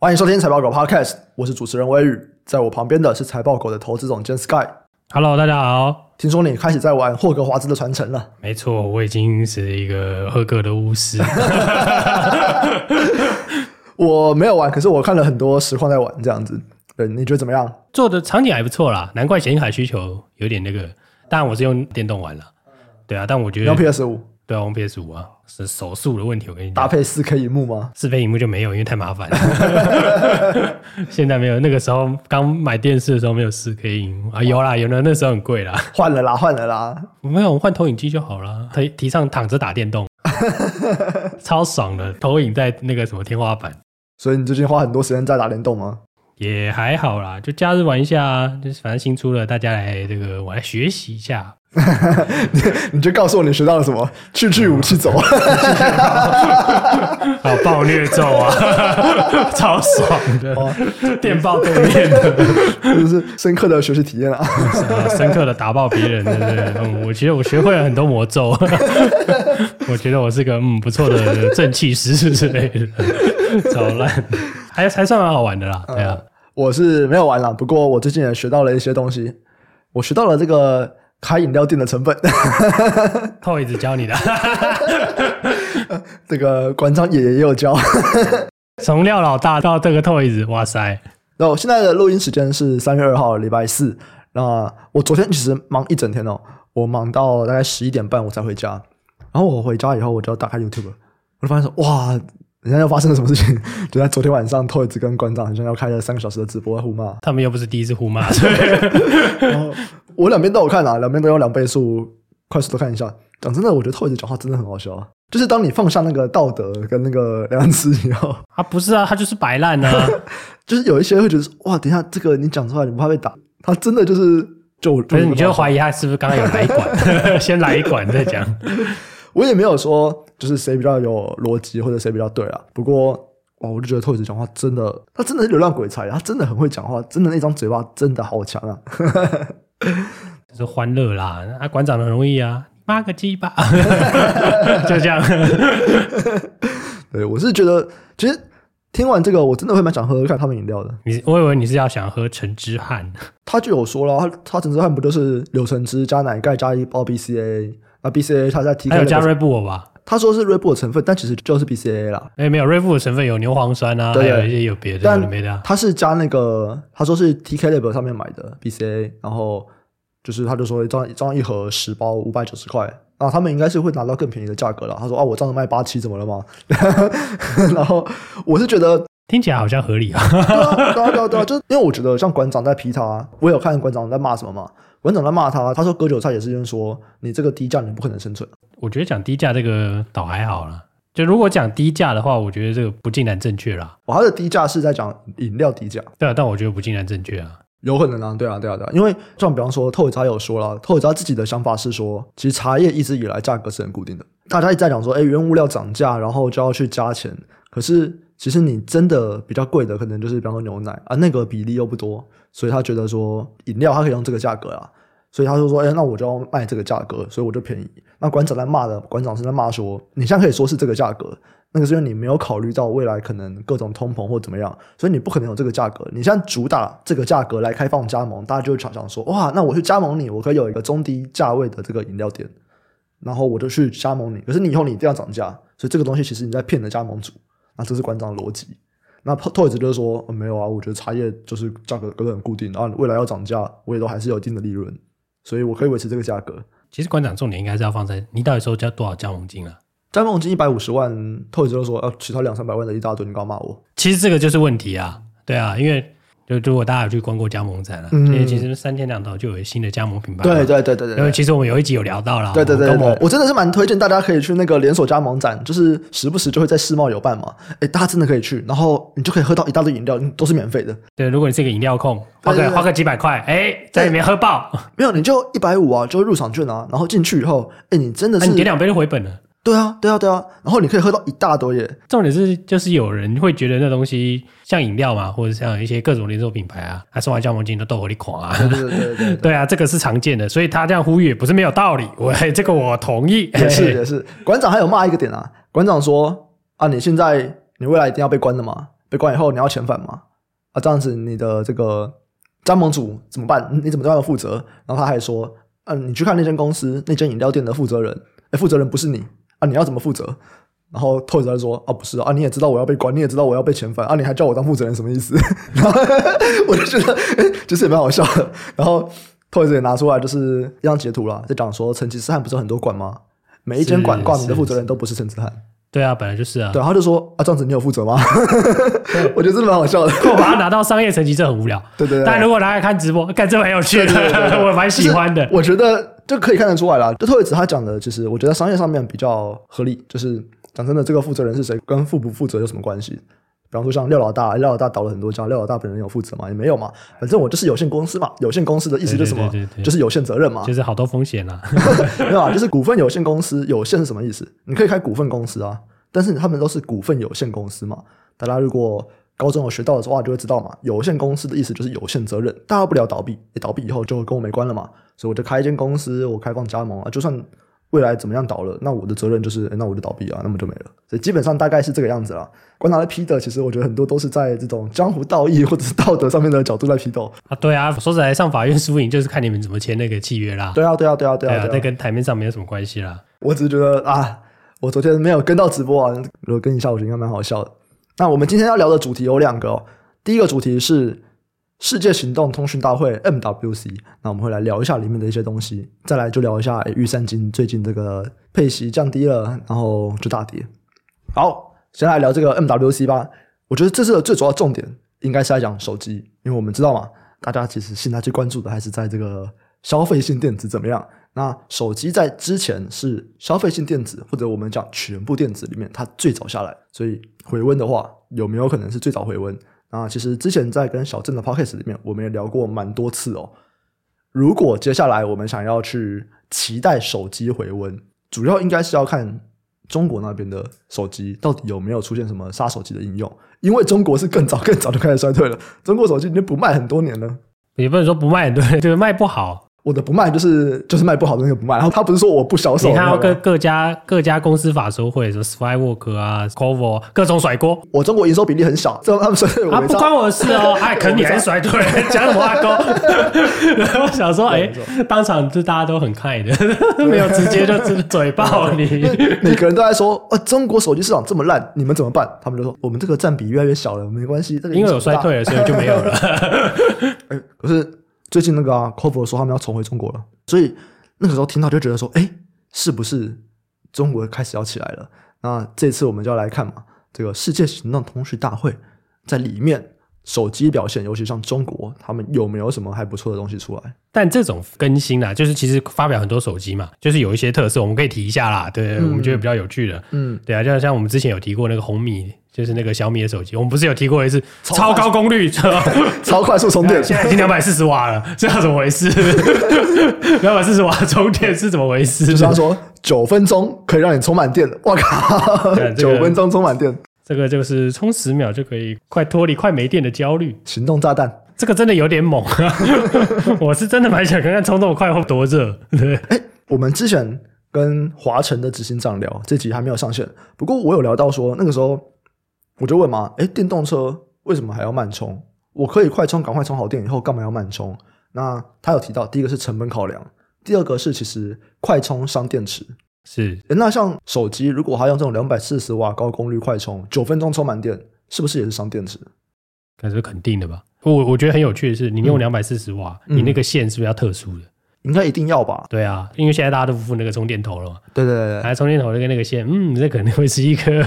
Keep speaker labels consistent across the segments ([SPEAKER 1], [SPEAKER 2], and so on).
[SPEAKER 1] 欢迎收听财报狗 Podcast，我是主持人微宇，在我旁边的是财报狗的投资总监 Sky。
[SPEAKER 2] Hello，大家好。
[SPEAKER 1] 听说你开始在玩霍格华兹的传承了，
[SPEAKER 2] 没错，我已经是一个合格的巫师。
[SPEAKER 1] 我没有玩，可是我看了很多实况在玩，这样子。对，你觉得怎么样？
[SPEAKER 2] 做的场景还不错啦，难怪显卡需求有点那个。当然我是用电动玩了，对啊，但我觉
[SPEAKER 1] 你用
[SPEAKER 2] 得
[SPEAKER 1] PS 五
[SPEAKER 2] 对啊，用 PS 五啊，是手速的问题。我跟你
[SPEAKER 1] 搭
[SPEAKER 2] 讲，
[SPEAKER 1] 配四 K 荧幕吗？
[SPEAKER 2] 四倍屏幕就没有，因为太麻 烦了。现在没有，那个时候刚买电视的时候没有四 K 荧幕啊，有啦，有啦，那时候很贵啦。
[SPEAKER 1] 换了啦，换了啦。
[SPEAKER 2] 没有，我换投影机就好了。提提倡躺着打 电动，超爽的，投影在那个什么天花板。
[SPEAKER 1] 所以你最近花很多时间在打联动吗？
[SPEAKER 2] 也还好啦，就假日玩一下啊，就是反正新出了，大家来这个我来学习一下。
[SPEAKER 1] 你就告诉我你学到了什么？去去武器走。
[SPEAKER 2] 啊，暴虐咒啊，超爽的，电爆对面的，
[SPEAKER 1] 就是深刻的学习体验啊！
[SPEAKER 2] 呃深刻的打爆别人，对对对。嗯我觉得我学会了很多魔咒，我觉得我是个嗯不错的正气师之类的，超烂，还还算蛮好玩的啦，对啊。
[SPEAKER 1] 我是没有玩了，不过我最近也学到了一些东西。我学到了这个开饮料店的成本，
[SPEAKER 2] 后一直教你的，
[SPEAKER 1] 这个馆长爷爷也有教。
[SPEAKER 2] 从廖老大到这个 Toys，哇塞，
[SPEAKER 1] 那我现在的录音时间是三月二号，礼拜四。那我昨天其实忙一整天哦，我忙到大概十一点半我才回家。然后我回家以后，我就要打开 YouTube，我就发现说，哇，人家又发生了什么事情？ 就在昨天晚上，Toys 跟馆长好像要开了三个小时的直播互骂。
[SPEAKER 2] 他们又不是第一次互骂，所以
[SPEAKER 1] 然后我两边都有看啊，两边都有两倍速，快速的看一下。讲真的，我觉得 Toys 讲话真的很好笑啊，就是当你放下那个道德跟那个良知以后，
[SPEAKER 2] 啊不是啊，他就是摆烂啊。
[SPEAKER 1] 就是有一些会觉得说，哇，等一下这个你讲出来，你不怕被打？他真的就是就
[SPEAKER 2] 不，
[SPEAKER 1] 就是
[SPEAKER 2] 你就怀疑他是不是刚刚有来一管， 先来一管再讲。
[SPEAKER 1] 我也没有说就是谁比较有逻辑或者谁比较对啊。不过哇，我就觉得 Toys 讲话真的，他真的是流量鬼才，他真的很会讲话，真的那张嘴巴真的好强啊！
[SPEAKER 2] 就是欢乐啦，啊，馆长很容易啊，骂个鸡巴， 就这样。
[SPEAKER 1] 对我是觉得，其实听完这个，我真的会蛮想喝喝看他们饮料的。
[SPEAKER 2] 你我以为你是要想喝橙汁汉，
[SPEAKER 1] 他就有说了，他他整支汉不就是柳橙汁加奶盖加一包 BCA，那 BCA 他在 TK
[SPEAKER 2] 还有加
[SPEAKER 1] 那个
[SPEAKER 2] 瑞布吧？
[SPEAKER 1] 他说是瑞布的成分，但其实就是 BCA 啦。
[SPEAKER 2] 哎、没有瑞布的成分有牛磺酸啊，还
[SPEAKER 1] 对
[SPEAKER 2] 有一些有别的
[SPEAKER 1] 但
[SPEAKER 2] 有的没的、啊。
[SPEAKER 1] 他是加那个，他说是 TK Lab 上面买的 BCA，然后就是他就说这样这样一盒十包五百九十块，啊，他们应该是会拿到更便宜的价格了。他说啊，我这样子卖八七怎么了吗？ 然后我是觉得
[SPEAKER 2] 听起来好像合理啊。
[SPEAKER 1] 对啊，对啊，对啊，对啊，就是因为我觉得像馆长在批他，我有看馆长在骂什么嘛。馆长在骂他，他说割韭菜也是因为说你这个低价你不可能生存。
[SPEAKER 2] 我觉得讲低价这个倒还好啦，就如果讲低价的话，我觉得这个不尽然正确啦。
[SPEAKER 1] 哦，他的低价是在讲饮料低价，
[SPEAKER 2] 对啊，但我觉得不尽然正确啊。
[SPEAKER 1] 有可能啊，对啊，对啊，对啊，因为像比方说透茶有说了，透茶自己的想法是说，其实茶叶一直以来价格是很固定的，大家一直在讲说，哎，原物料涨价，然后就要去加钱，可是其实你真的比较贵的，可能就是比方说牛奶啊，那个比例又不多，所以他觉得说饮料它可以用这个价格啊，所以他就说，哎，那我就要卖这个价格，所以我就便宜。那馆长在骂的，馆长是在骂说，你现在可以说是这个价格，那个是因为你没有考虑到未来可能各种通膨或怎么样，所以你不可能有这个价格。你现在主打这个价格来开放加盟，大家就会想想说，哇，那我去加盟你，我可以有一个中低价位的这个饮料店，然后我就去加盟你。可是你以后你一定要涨价，所以这个东西其实你在骗的加盟主。那这是馆长的逻辑。那 Toys 就是说、呃没有啊，我觉得茶叶就是价格都很固定，然后未来要涨价，我也都还是有一定的利润，所以我可以维持这个价格。
[SPEAKER 2] 其实馆长重点应该是要放在你到底收交多少加盟金啊？
[SPEAKER 1] 加盟金一百五十万，Toys 就说要取他两三百万的一大堆，你刚骂我。
[SPEAKER 2] 其实这个就是问题啊，对啊，因为就如果大家有去逛过加盟展了、
[SPEAKER 1] 嗯
[SPEAKER 2] 因为其实三天两头就有新的加盟品牌嘛，
[SPEAKER 1] 对对对对对
[SPEAKER 2] 因为
[SPEAKER 1] 对。
[SPEAKER 2] 其实我们有一集有聊到啦，
[SPEAKER 1] 对对对
[SPEAKER 2] 我
[SPEAKER 1] 对
[SPEAKER 2] 们跟
[SPEAKER 1] 对
[SPEAKER 2] 我，
[SPEAKER 1] 我真的是蛮推荐大家可以去那个连锁加盟展，就是时不时就会在世贸有办嘛，哎，大家真的可以去，然后你就可以喝到一大堆饮料，都是免费的，
[SPEAKER 2] 对，如果你是一个饮料控，花
[SPEAKER 1] 对对
[SPEAKER 2] 个
[SPEAKER 1] 对
[SPEAKER 2] 花个几百块，哎，在里面喝爆，
[SPEAKER 1] 没有你就一百五啊，就入场券啊，然后进去以后，哎，你真的
[SPEAKER 2] 那
[SPEAKER 1] 是
[SPEAKER 2] 啊你点两杯就回本了。
[SPEAKER 1] 对啊对啊对啊，然后你可以喝到一大堆耶，
[SPEAKER 2] 重点是，就是有人会觉得那东西像饮料嘛，或者像一些各种连锁品牌啊，他送完加盟金都逗我你狂啊，
[SPEAKER 1] 对对对对对，
[SPEAKER 2] 对啊，这个是常见的，所以他这样呼吁也不是没有道理，我哎这个我同意，
[SPEAKER 1] 也是也是。馆长还有骂一个点啊，馆长说啊，你现在你未来一定要被关的嘛，被关以后你要遣返嘛，啊，这样子你的这个加盟主怎么办？你你怎么对他们负责？然后他还说，嗯、你去看那间公司那间饮料店的负责人，哎，负责人不是你啊，你要怎么负责？然后拓子他说啊，不是啊，你也知道我要被关，你也知道我要被遣返啊，你还叫我当负责人什 么意思？然后我就觉得，哎，其实也蛮好笑的。然后拓子也拿出来就是一张截图啦，在讲说成吉思汗不是有很多馆吗？每一间馆
[SPEAKER 2] 是
[SPEAKER 1] 挂名的
[SPEAKER 2] 是
[SPEAKER 1] 负责人都不是成吉思汗。
[SPEAKER 2] 对啊，本来就是啊。
[SPEAKER 1] 对，他就说啊，这样子你有负责吗？ 我觉得真的蛮好笑的。
[SPEAKER 2] 我把它拿到商业层级，这很无聊。
[SPEAKER 1] 对对对
[SPEAKER 2] 但如果拿来看直播，看这蛮有趣的，
[SPEAKER 1] 对对对
[SPEAKER 2] 我蛮喜欢的。
[SPEAKER 1] 我觉得这可以看得出来啦。这特惠子他讲的，就是我觉得商业上面比较合理。就是讲真的，这个负责人是谁，跟负不负责有什么关系？比方说像廖老大，廖老大倒了很多家，廖老大本人有负责吗？也没有嘛。反正我就是有限公司嘛，有限公司的意思就是什么？
[SPEAKER 2] 对对对对对
[SPEAKER 1] 就是有限责任嘛。
[SPEAKER 2] 就是好多风险啊，
[SPEAKER 1] 没有啊，就是股份有限公司，有限是什么意思？你可以开股份公司啊，但是他们都是股份有限公司嘛。大家如果高中有学到的话，就会知道嘛。有限公司的意思就是有限责任，大不了倒闭，诶倒闭以后就跟我没关了嘛。所以我就开一间公司，我开放加盟啊，就算未来怎么样倒了，那我的责任就是，诶那我就倒闭啊，那么就没了。所以基本上大概是这个样子啦。关达在批的，其实我觉得很多都是在这种江湖道义或者是道德上面的角度在批斗。
[SPEAKER 2] 啊，对啊，说起来上法院输赢就是看你们怎么签那个契约啦。
[SPEAKER 1] 对啊，对啊，对啊，对
[SPEAKER 2] 对
[SPEAKER 1] 啊，
[SPEAKER 2] 啊，
[SPEAKER 1] 对啊
[SPEAKER 2] 那跟台面上没有什么关系啦。
[SPEAKER 1] 我只是觉得啊，我昨天没有跟到直播啊，如果跟一下，我觉得应该蛮好笑的。那我们今天要聊的主题有两个、哦，第一个主题是世界行动通讯大会 （MWC），那我们会来聊一下里面的一些东西，再来就聊一下诶玉山金最近这个配息降低了，然后就大跌。好，先来聊这个 MWC 吧。我觉得这次的最主要重点应该是在讲手机，因为我们知道嘛，大家其实现在最关注的还是在这个消费性电子怎么样。那手机在之前是消费性电子，或者我们讲全部电子里面，它最早下来，所以回温的话，有没有可能是最早回温？那其实之前在跟小郑的 podcast 里面，我们也聊过蛮多次哦。如果接下来我们想要去期待手机回温，主要应该是要看中国那边的手机到底有没有出现什么杀手级的应用，因为中国是更早更早就开始衰退了，中国手机已经不卖很多年了。
[SPEAKER 2] 也不能说不卖很多人， 就是卖不好。
[SPEAKER 1] 我的不卖就是就是卖不好的那个不卖，然后他不是说我不销售，
[SPEAKER 2] 你看到
[SPEAKER 1] 你知道
[SPEAKER 2] 各
[SPEAKER 1] 吗
[SPEAKER 2] 各家各家公司法说会，什么 Skywork 啊、Covo 各种甩锅
[SPEAKER 1] 我中国营收比例很小，这样他们说我
[SPEAKER 2] 啊，
[SPEAKER 1] 没
[SPEAKER 2] 不
[SPEAKER 1] 差
[SPEAKER 2] 关我的事 哦。哎，肯定还是甩腿，讲什么话勾？然后想说，哎
[SPEAKER 1] 没，
[SPEAKER 2] 当场就大家都很看 的，没有直接就直嘴爆你。
[SPEAKER 1] 每个人都在说，呃、中国手机市场这么烂，你们怎么办？他们就说我们这个占比越来越小了，没关系，这个
[SPEAKER 2] 因为有
[SPEAKER 1] 影响
[SPEAKER 2] 衰
[SPEAKER 1] 不大。
[SPEAKER 2] 退了，所以就没有了。
[SPEAKER 1] 哎，可是最近那个啊 c o v e r 说他们要重回中国了，所以那个时候听到就觉得说，哎，是不是中国开始要起来了？那这次我们就要来看嘛，这个世界行动通讯大会在里面手机表现，尤其像中国，他们有没有什么还不错的东西出来？
[SPEAKER 2] 但这种更新啦，就是其实发表很多手机嘛，就是有一些特色，我们可以提一下啦。对，我们觉得比较有趣的。
[SPEAKER 1] 嗯，
[SPEAKER 2] 对啊，就像我们之前有提过那个红米，就是那个小米的手机，我们不是有提过一次 超高功率，
[SPEAKER 1] 超快速充电，
[SPEAKER 2] 现在已经两百四十瓦了，这样怎么回事？ 两百四十瓦充电是怎么回事？
[SPEAKER 1] 就是他说九分钟可以让你充满电，我靠，
[SPEAKER 2] 对这
[SPEAKER 1] 九
[SPEAKER 2] 个
[SPEAKER 1] 分钟充满电，
[SPEAKER 2] 这个就是充十秒就可以快脱离快没电的焦虑，
[SPEAKER 1] 行动炸弹。
[SPEAKER 2] 这个真的有点猛啊！ 我是真的蛮想看看充这么快会多热。对，
[SPEAKER 1] 我们之前跟华晨的执行长聊，这集还没有上线。不过我有聊到说，那个时候我就问嘛，哎，电动车为什么还要慢充？我可以快充，赶快充好电以后，干嘛要慢充？那他有提到，第一个是成本考量，第二个是其实快充伤电池。
[SPEAKER 2] 是
[SPEAKER 1] 诶那像手机，如果它用这种两百四十瓦高功率快充，九分钟充满电，是不是也是伤电池？
[SPEAKER 2] 那是肯定的吧？我我觉得很有趣的是，你用两百四十瓦，
[SPEAKER 1] 嗯
[SPEAKER 2] 你那个线是不是要特殊的？
[SPEAKER 1] 应该一定要吧？
[SPEAKER 2] 对啊，因为现在大家都不附那个充电头了嘛，
[SPEAKER 1] 对对对对，
[SPEAKER 2] 来充电头跟那个线，嗯，这可能会是一个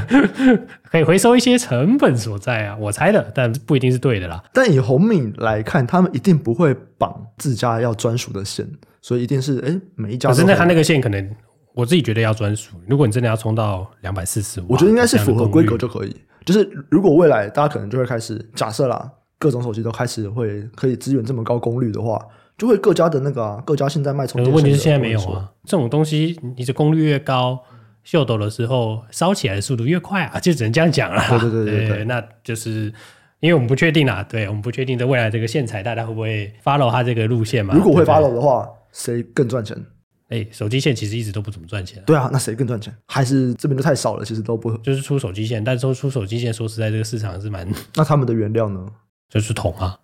[SPEAKER 2] 可以回收一些成本所在啊，我猜的，但不一定是对的啦。
[SPEAKER 1] 但以红米来看，他们一定不会绑自家要专属的线，所以一定是哎、诶每一家
[SPEAKER 2] 可
[SPEAKER 1] 都
[SPEAKER 2] 是那它
[SPEAKER 1] 会
[SPEAKER 2] 那个线可能，我自己觉得要专属。如果你真的要充到两百四十瓦，
[SPEAKER 1] 我觉得应该是符合规格
[SPEAKER 2] 这样的功率。
[SPEAKER 1] 就可以。就是如果未来大家可能就会开始假设啦，各种手机都开始会可以支援这么高功率的话，就会各家的那个啊，各家现在卖充
[SPEAKER 2] 可是
[SPEAKER 1] 电
[SPEAKER 2] 呃问题是
[SPEAKER 1] 线
[SPEAKER 2] 现在
[SPEAKER 1] 的
[SPEAKER 2] 没有
[SPEAKER 1] 都会说。
[SPEAKER 2] 啊，这种东西你的功率越高，秀抖的时候烧起来的速度越快啊，就只能这样讲了。
[SPEAKER 1] 对对对 对对
[SPEAKER 2] 那就是。因为我们不确定啦，对我们不确定这未来这个线材大家会不会 follow 它这个路线嘛？
[SPEAKER 1] 如果会
[SPEAKER 2] 对不对
[SPEAKER 1] follow 的话，谁更赚钱？
[SPEAKER 2] 哎、手机线其实一直都不怎么赚钱啊、
[SPEAKER 1] 对啊，那谁更赚钱？还是这边就太少了，其实都不合。
[SPEAKER 2] 就是出手机线，但是出手机线，说实在，这个市场是蛮
[SPEAKER 1] 那他们的原料呢？
[SPEAKER 2] 就是铜啊，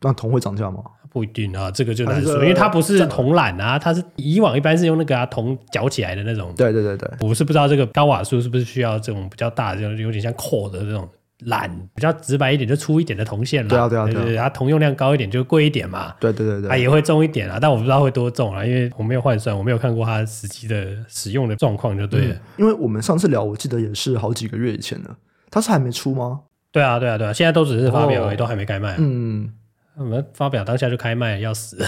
[SPEAKER 1] 那铜会涨价吗？
[SPEAKER 2] 不一定啊，这个就难
[SPEAKER 1] 它是呃
[SPEAKER 2] 说，
[SPEAKER 1] 这个
[SPEAKER 2] 因为它不是铜缆啊，它是以往一般是用那个啊铜绞起来的那种。
[SPEAKER 1] 对对对对，
[SPEAKER 2] 我是不知道这个高瓦数是不是需要这种比较大的，就是有点像扣的这种缆，比较直白一点就粗一点的铜线啦。
[SPEAKER 1] 对啊对啊对啊
[SPEAKER 2] 对，它铜用量高一点就贵一点嘛。
[SPEAKER 1] 对对对对，
[SPEAKER 2] 它也会重一点啊，但我不知道会多重啊，因为我没有换算，我没有看过它实际的使用的状况，就对了。
[SPEAKER 1] 因为我们上次聊，我记得也是好几个月以前了，它是还没出吗？
[SPEAKER 2] 对啊，对啊，对啊，现在都只是发表而已，
[SPEAKER 1] 哦
[SPEAKER 2] 都还没开卖啊。
[SPEAKER 1] 嗯，
[SPEAKER 2] 我们发表当下就开卖，要死。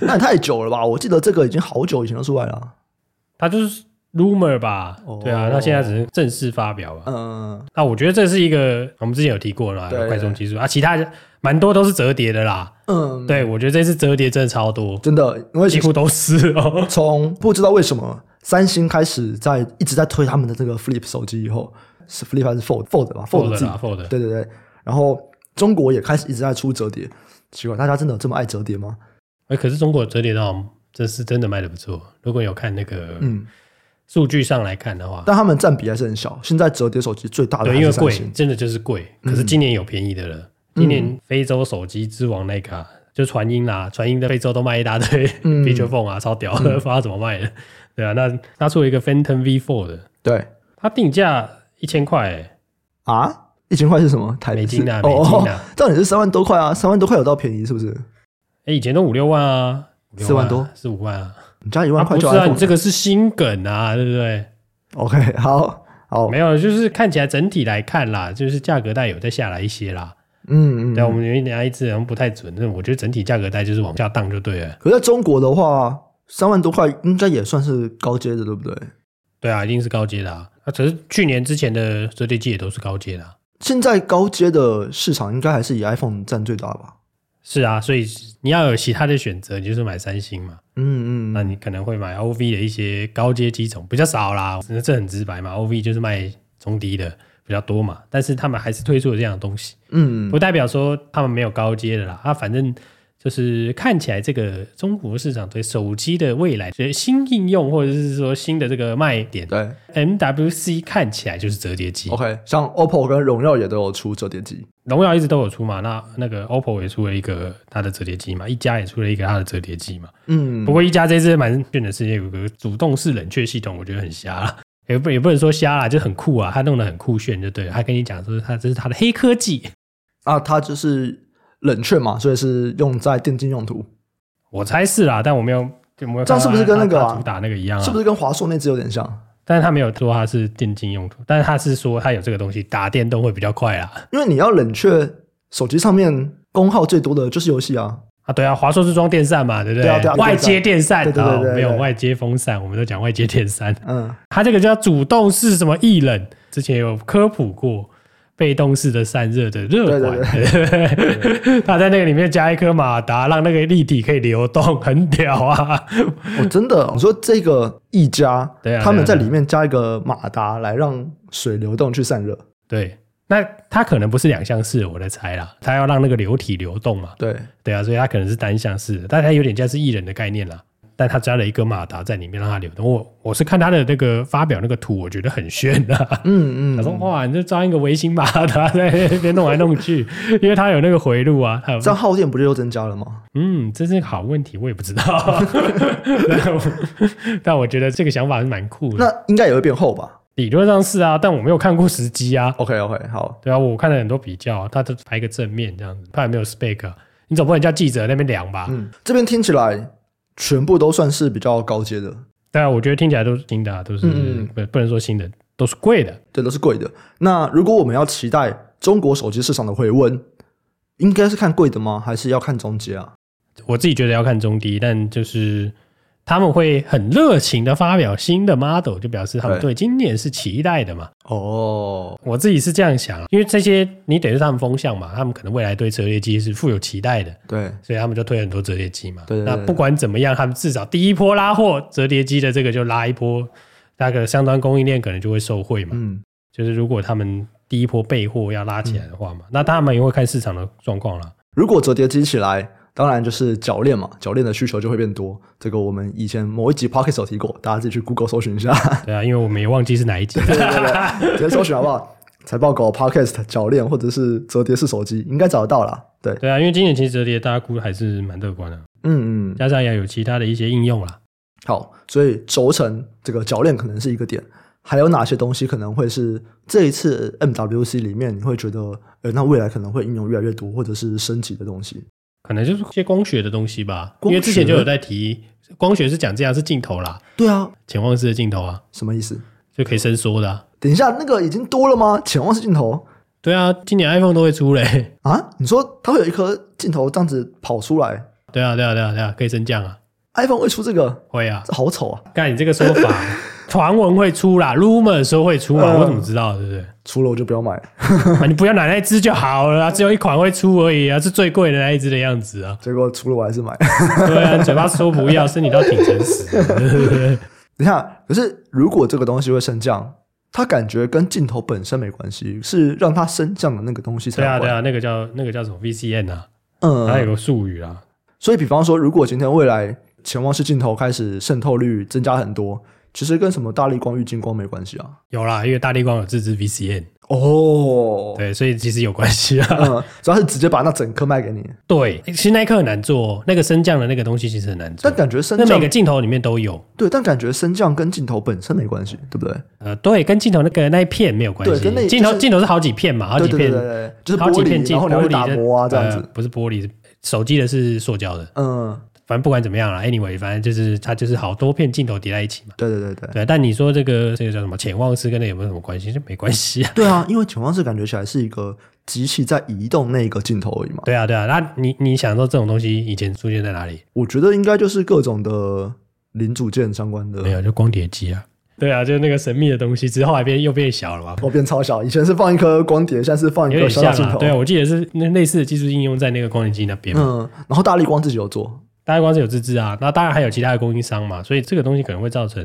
[SPEAKER 1] 那也太久了吧？我记得这个已经好久以前就出来了。
[SPEAKER 2] 它就是 rumor 吧？
[SPEAKER 1] 哦
[SPEAKER 2] 对啊，那现在只是正式发表吧。
[SPEAKER 1] 嗯，
[SPEAKER 2] 那我觉得这是一个我们之前有提过了啦，
[SPEAKER 1] 对
[SPEAKER 2] 快充技术啊，其他蛮多都是折叠的啦。
[SPEAKER 1] 嗯，
[SPEAKER 2] 对，我觉得这次折叠真的超多，
[SPEAKER 1] 真的，因为
[SPEAKER 2] 几乎都是哦。
[SPEAKER 1] 从不知道为什么三星开始在一直在推他们的这个 Flip 手机以后，是 Flip 还是 Fold Fold 吧
[SPEAKER 2] fold
[SPEAKER 1] 自己
[SPEAKER 2] 啦，fold。
[SPEAKER 1] 对对对，然后中国也开始一直在出折叠，奇怪，大家真的有这么爱折叠吗？
[SPEAKER 2] 哎，可是中国折叠到这是真的卖的不错。如果有看那个
[SPEAKER 1] 嗯，
[SPEAKER 2] 数据上来看的话，
[SPEAKER 1] 但他们占比还是很小。现在折叠手机最大的
[SPEAKER 2] 对，
[SPEAKER 1] 还
[SPEAKER 2] 因为
[SPEAKER 1] 是嗯三
[SPEAKER 2] 贵
[SPEAKER 1] 星，，
[SPEAKER 2] 真的就是贵。可是今年有便宜的了，今
[SPEAKER 1] 嗯
[SPEAKER 2] 年非洲手机之王那个、啊、就传音啦、传音的非洲都卖一大堆、
[SPEAKER 1] 嗯
[SPEAKER 2] feature phone 啊，超屌， 不知道怎么卖的。对啊，那他出了一个 Phantom V4 的，
[SPEAKER 1] 对
[SPEAKER 2] 它定价一千块欸，
[SPEAKER 1] 啊，一千块是什么？台币
[SPEAKER 2] 美金啊
[SPEAKER 1] 是
[SPEAKER 2] 美金
[SPEAKER 1] 哦
[SPEAKER 2] 啊，
[SPEAKER 1] 到底是三万多块啊？三万多块有到便宜是不是？
[SPEAKER 2] 哎，以前都五六万啊，五六
[SPEAKER 1] 四万
[SPEAKER 2] 啊
[SPEAKER 1] 多，
[SPEAKER 2] 四五万啊。
[SPEAKER 1] 你加一万
[SPEAKER 2] 啊，
[SPEAKER 1] 块
[SPEAKER 2] 不
[SPEAKER 1] 就
[SPEAKER 2] 是啊，
[SPEAKER 1] iPhone
[SPEAKER 2] 你
[SPEAKER 1] 了、
[SPEAKER 2] 这个是新梗啊，对不对？
[SPEAKER 1] OK，好 好，
[SPEAKER 2] 没有，就是看起来整体来看啦，就是价格带有再下来一些啦。
[SPEAKER 1] 嗯嗯
[SPEAKER 2] 对啊，我们有一拿一次好像不太准，但我觉得整体价格带就是往下荡就对了。
[SPEAKER 1] 可是在中国的话，三万多块应该也算是高阶的，对不对？
[SPEAKER 2] 对啊，一定是高阶的啊。那、只是去年之前的折叠机也都是高阶的、啊。
[SPEAKER 1] 现在高阶的市场应该还是以 iPhone 占最大吧？
[SPEAKER 2] 是啊，所以你要有其他的选择，你就是买三星嘛。
[SPEAKER 1] 嗯
[SPEAKER 2] 那
[SPEAKER 1] 嗯，
[SPEAKER 2] 你可能会买 OV 的一些高阶机种，比较少啦，这很直白嘛。OV 就是卖中低的比较多嘛，但是他们还是推出了这样的东西，
[SPEAKER 1] 嗯，
[SPEAKER 2] 不代表说他们没有高阶的啦。啊，反正就是看起来这个中国市场对手机的未来的新应用，或者是说新的这个卖点
[SPEAKER 1] 对
[SPEAKER 2] ，MWC 看起来就是折叠机。
[SPEAKER 1] ，OK，像 OPPO 跟荣耀也都有出折叠机，
[SPEAKER 2] 荣耀一直都有出嘛，
[SPEAKER 1] 嗯
[SPEAKER 2] 那那个 OPPO 也出了一个它的折叠机嘛，一加也出了一个它的折叠机嘛。
[SPEAKER 1] 嗯
[SPEAKER 2] 不，过一加这次蛮炫的是，有个主动式冷却系统，我觉得很瞎啦，也不也不能说瞎啦，就很酷啊，它弄得很酷炫就对了。他跟你讲说，它这是它的黑科技，
[SPEAKER 1] 啊，它就是冷却嘛，所以是用在电竞用途，
[SPEAKER 2] 我猜是啦，但我没有，就没有看到
[SPEAKER 1] 这样是不是跟那个啊
[SPEAKER 2] 它它主打那个一样啊？
[SPEAKER 1] 是不
[SPEAKER 2] 是？
[SPEAKER 1] 是跟华硕那只有点像？
[SPEAKER 2] 但是他没有说它是电竞用途，但是他是说他有这个东西打电动会比较快啦。
[SPEAKER 1] 因为你要冷却手机上面功耗最多的就是游戏啊，
[SPEAKER 2] 啊，对啊，华硕是装电扇嘛，对不对？
[SPEAKER 1] 对啊对啊
[SPEAKER 2] 外接电扇，
[SPEAKER 1] 对对对
[SPEAKER 2] 啊
[SPEAKER 1] 对对对
[SPEAKER 2] 没有外接风扇，我们都讲外接电扇。
[SPEAKER 1] 嗯，
[SPEAKER 2] 它这个叫主动式什么液冷，之前有科普过。被动式的散热的热管， 它在那个里面加一颗马达，让那个立体可以流动，很屌啊！
[SPEAKER 1] 我、真 的，你说这个一加，
[SPEAKER 2] 对啊
[SPEAKER 1] 他们
[SPEAKER 2] 对
[SPEAKER 1] 在
[SPEAKER 2] 啊
[SPEAKER 1] 里面加一个马达来让水流动去散热，
[SPEAKER 2] 对，那它可能不是两项式，我在猜啦，它要让那个流体流动嘛，
[SPEAKER 1] 对，
[SPEAKER 2] 对啊，所以它可能是单向式的，但它有点像是艺人的概念啦。但它加了一个马达在里面让它流动。我我是看它的那个发表那个图，我觉得很炫啊。
[SPEAKER 1] 嗯
[SPEAKER 2] 他说
[SPEAKER 1] 嗯，
[SPEAKER 2] 哇，你就装一个微型马达在那边弄来弄去，因为它有那个回路啊。它有
[SPEAKER 1] 这样耗电不就又增加了吗？
[SPEAKER 2] 嗯，这是个好问题，我也不知道。 但我但我觉得这个想法是蛮酷的。
[SPEAKER 1] 那应该也会变厚吧
[SPEAKER 2] 理论上是啊，但我没有看过实机啊。
[SPEAKER 1] ？OK OK，好，
[SPEAKER 2] 对啊，我看了很多比较，它都拍一个正面这样子，它也没有 spec，啊你总不能叫记者在那边量吧？
[SPEAKER 1] 嗯，这边听起来全部都算是比较高阶的，
[SPEAKER 2] 对啊，我觉得听起来都是新的、啊，都是
[SPEAKER 1] 嗯
[SPEAKER 2] 不、不能说新的，都是贵的。
[SPEAKER 1] 对，都是贵的。那如果我们要期待中国手机市场的回温，应该是看贵的吗？还是要看中阶啊？
[SPEAKER 2] 我自己觉得要看中低，但就是他们会很热情的发表新的 model，就表示他们
[SPEAKER 1] 对
[SPEAKER 2] 对今年是期待的嘛。
[SPEAKER 1] 哦，
[SPEAKER 2] 我自己是这样想，啊因为这些你等于是他们风向嘛，他们可能未来对折叠机是富有期待的，
[SPEAKER 1] 对，
[SPEAKER 2] 所以他们就推很多折叠机嘛。
[SPEAKER 1] 对对对
[SPEAKER 2] 那不管怎么样，他们至少第一波拉货折叠机的这个就拉一波，那个相关供应链可能就会受惠嘛。
[SPEAKER 1] 嗯，
[SPEAKER 2] 就是如果他们第一
[SPEAKER 1] 嗯
[SPEAKER 2] 波备货要拉起来的话嘛，那他们也会看市场的状况啦。
[SPEAKER 1] 如果折叠机起来，当然就是铰链嘛，铰链的需求就会变多。这个我们以前某一集 p o c k e t 有提过，大家自己去 Google 搜寻 一下，
[SPEAKER 2] 对啊，因为我们也忘记是哪一集。
[SPEAKER 1] 对对对，直接搜寻好不好？财报狗 Podcast 铰链或者是折叠式手机，应该找得到啦。对，
[SPEAKER 2] 对啊，因为今年其实折叠大家估还是蛮乐观的，
[SPEAKER 1] 嗯嗯，
[SPEAKER 2] 加上也有其他的一些应用啦。
[SPEAKER 1] 好，所以轴承这个铰链可能是一个点，还有哪些东西可能会是这一次 MWC 里面你会觉得，呃，那未来可能会应用越来越多，或者是升级的东西？
[SPEAKER 2] 可能就是一些光学的东西吧，因
[SPEAKER 1] 光学
[SPEAKER 2] 为之前就有在提，光学是讲这样是镜头啦，
[SPEAKER 1] 对啊，
[SPEAKER 2] 潜望式的镜头啊，
[SPEAKER 1] 什么意思？
[SPEAKER 2] 就可以伸缩的、啊。
[SPEAKER 1] 等一下，那个已经多了吗？潜望式镜头
[SPEAKER 2] 对啊，今年 iPhone 都会出嘞。
[SPEAKER 1] 啊？你说它会有一颗镜头这样子跑出来
[SPEAKER 2] 对啊，对啊，对啊，对啊，可以升降啊，
[SPEAKER 1] ？iPhone 会出这个？
[SPEAKER 2] 会啊。
[SPEAKER 1] 这好丑啊！
[SPEAKER 2] 干你这个说法，传闻会出啦，rumor 说会出啊，
[SPEAKER 1] 嗯
[SPEAKER 2] 我怎么知道？对不对？
[SPEAKER 1] 出了我就不要买，
[SPEAKER 2] 啊，你不要买那一只就好了啊，只有一款会出而已啊，是最贵的那一只的样子啊。
[SPEAKER 1] 结果出了我还是买。
[SPEAKER 2] 对啊，你嘴巴说不要，身体倒挺诚实啊的。
[SPEAKER 1] 等一下，可是如果这个东西会升降，它感觉跟镜头本身没关系，是让它升降的那个东西才
[SPEAKER 2] 对啊，
[SPEAKER 1] 有关
[SPEAKER 2] 对啊，那个叫那个叫什么 VCN 啊，
[SPEAKER 1] 嗯，
[SPEAKER 2] 它有个术语啊。
[SPEAKER 1] 所以，比方说，如果今天未来潜望式镜头开始渗透率增加很多，其实跟什么大力光、郁金光没关系啊。
[SPEAKER 2] 有啦，因为大力光有自制 VCN，
[SPEAKER 1] 哦，
[SPEAKER 2] 对，所以其实有关系啊。
[SPEAKER 1] 嗯，主要是直接把那整颗卖给你，
[SPEAKER 2] 对，其实那一刻很难做哦，那个升降的那个东西其实很难做
[SPEAKER 1] 但。感觉升
[SPEAKER 2] 那每
[SPEAKER 1] 降
[SPEAKER 2] 个镜头里面都有，
[SPEAKER 1] 对，但感觉升降跟镜头本身没关系，对不对？
[SPEAKER 2] 呃，对，跟镜头那个那一片没有关
[SPEAKER 1] 对跟那
[SPEAKER 2] 系。镜头
[SPEAKER 1] 就是
[SPEAKER 2] 镜头是好几片嘛，好
[SPEAKER 1] 对
[SPEAKER 2] 几
[SPEAKER 1] 对对
[SPEAKER 2] 片
[SPEAKER 1] 对，对，就是
[SPEAKER 2] 好
[SPEAKER 1] 玻
[SPEAKER 2] 几片
[SPEAKER 1] 璃，
[SPEAKER 2] 镜
[SPEAKER 1] 然后你会
[SPEAKER 2] 玻璃
[SPEAKER 1] 打
[SPEAKER 2] 的
[SPEAKER 1] 磨啊，这样
[SPEAKER 2] 呃
[SPEAKER 1] 子。
[SPEAKER 2] 不是玻璃，是手机的是塑胶的。
[SPEAKER 1] 嗯，
[SPEAKER 2] 反正不管怎么样啦，anyway，反正就是它就是好多片镜头叠在一起嘛。
[SPEAKER 1] 对对对对，
[SPEAKER 2] 对，啊但你说这个这个叫什么潜望式跟那有没有什么关系？就没关系啊。
[SPEAKER 1] 对啊，因为潜望式感觉起来是一个机器在移动那个镜头而已嘛。
[SPEAKER 2] 对啊，对啊。那你你想说这种东西以前出现在哪里？
[SPEAKER 1] 我觉得应该就是各种的零组件相关的
[SPEAKER 2] 没，有，就光碟机啊。对啊，就是那个神秘的东西，之后还变又变 小了嘛。
[SPEAKER 1] 哦，变超小，以前是放一颗光碟，现在是放一
[SPEAKER 2] 有
[SPEAKER 1] 个
[SPEAKER 2] 点
[SPEAKER 1] 小
[SPEAKER 2] 像
[SPEAKER 1] 小镜
[SPEAKER 2] 啊
[SPEAKER 1] 头。，
[SPEAKER 2] 对啊，我记得是那类似的技术应用在那个光碟机那边嘛。
[SPEAKER 1] 嗯，然后大力光自己有做，
[SPEAKER 2] 大家光是有自制啊，那当然还有其他的供应商嘛，所以这个东西可能会造成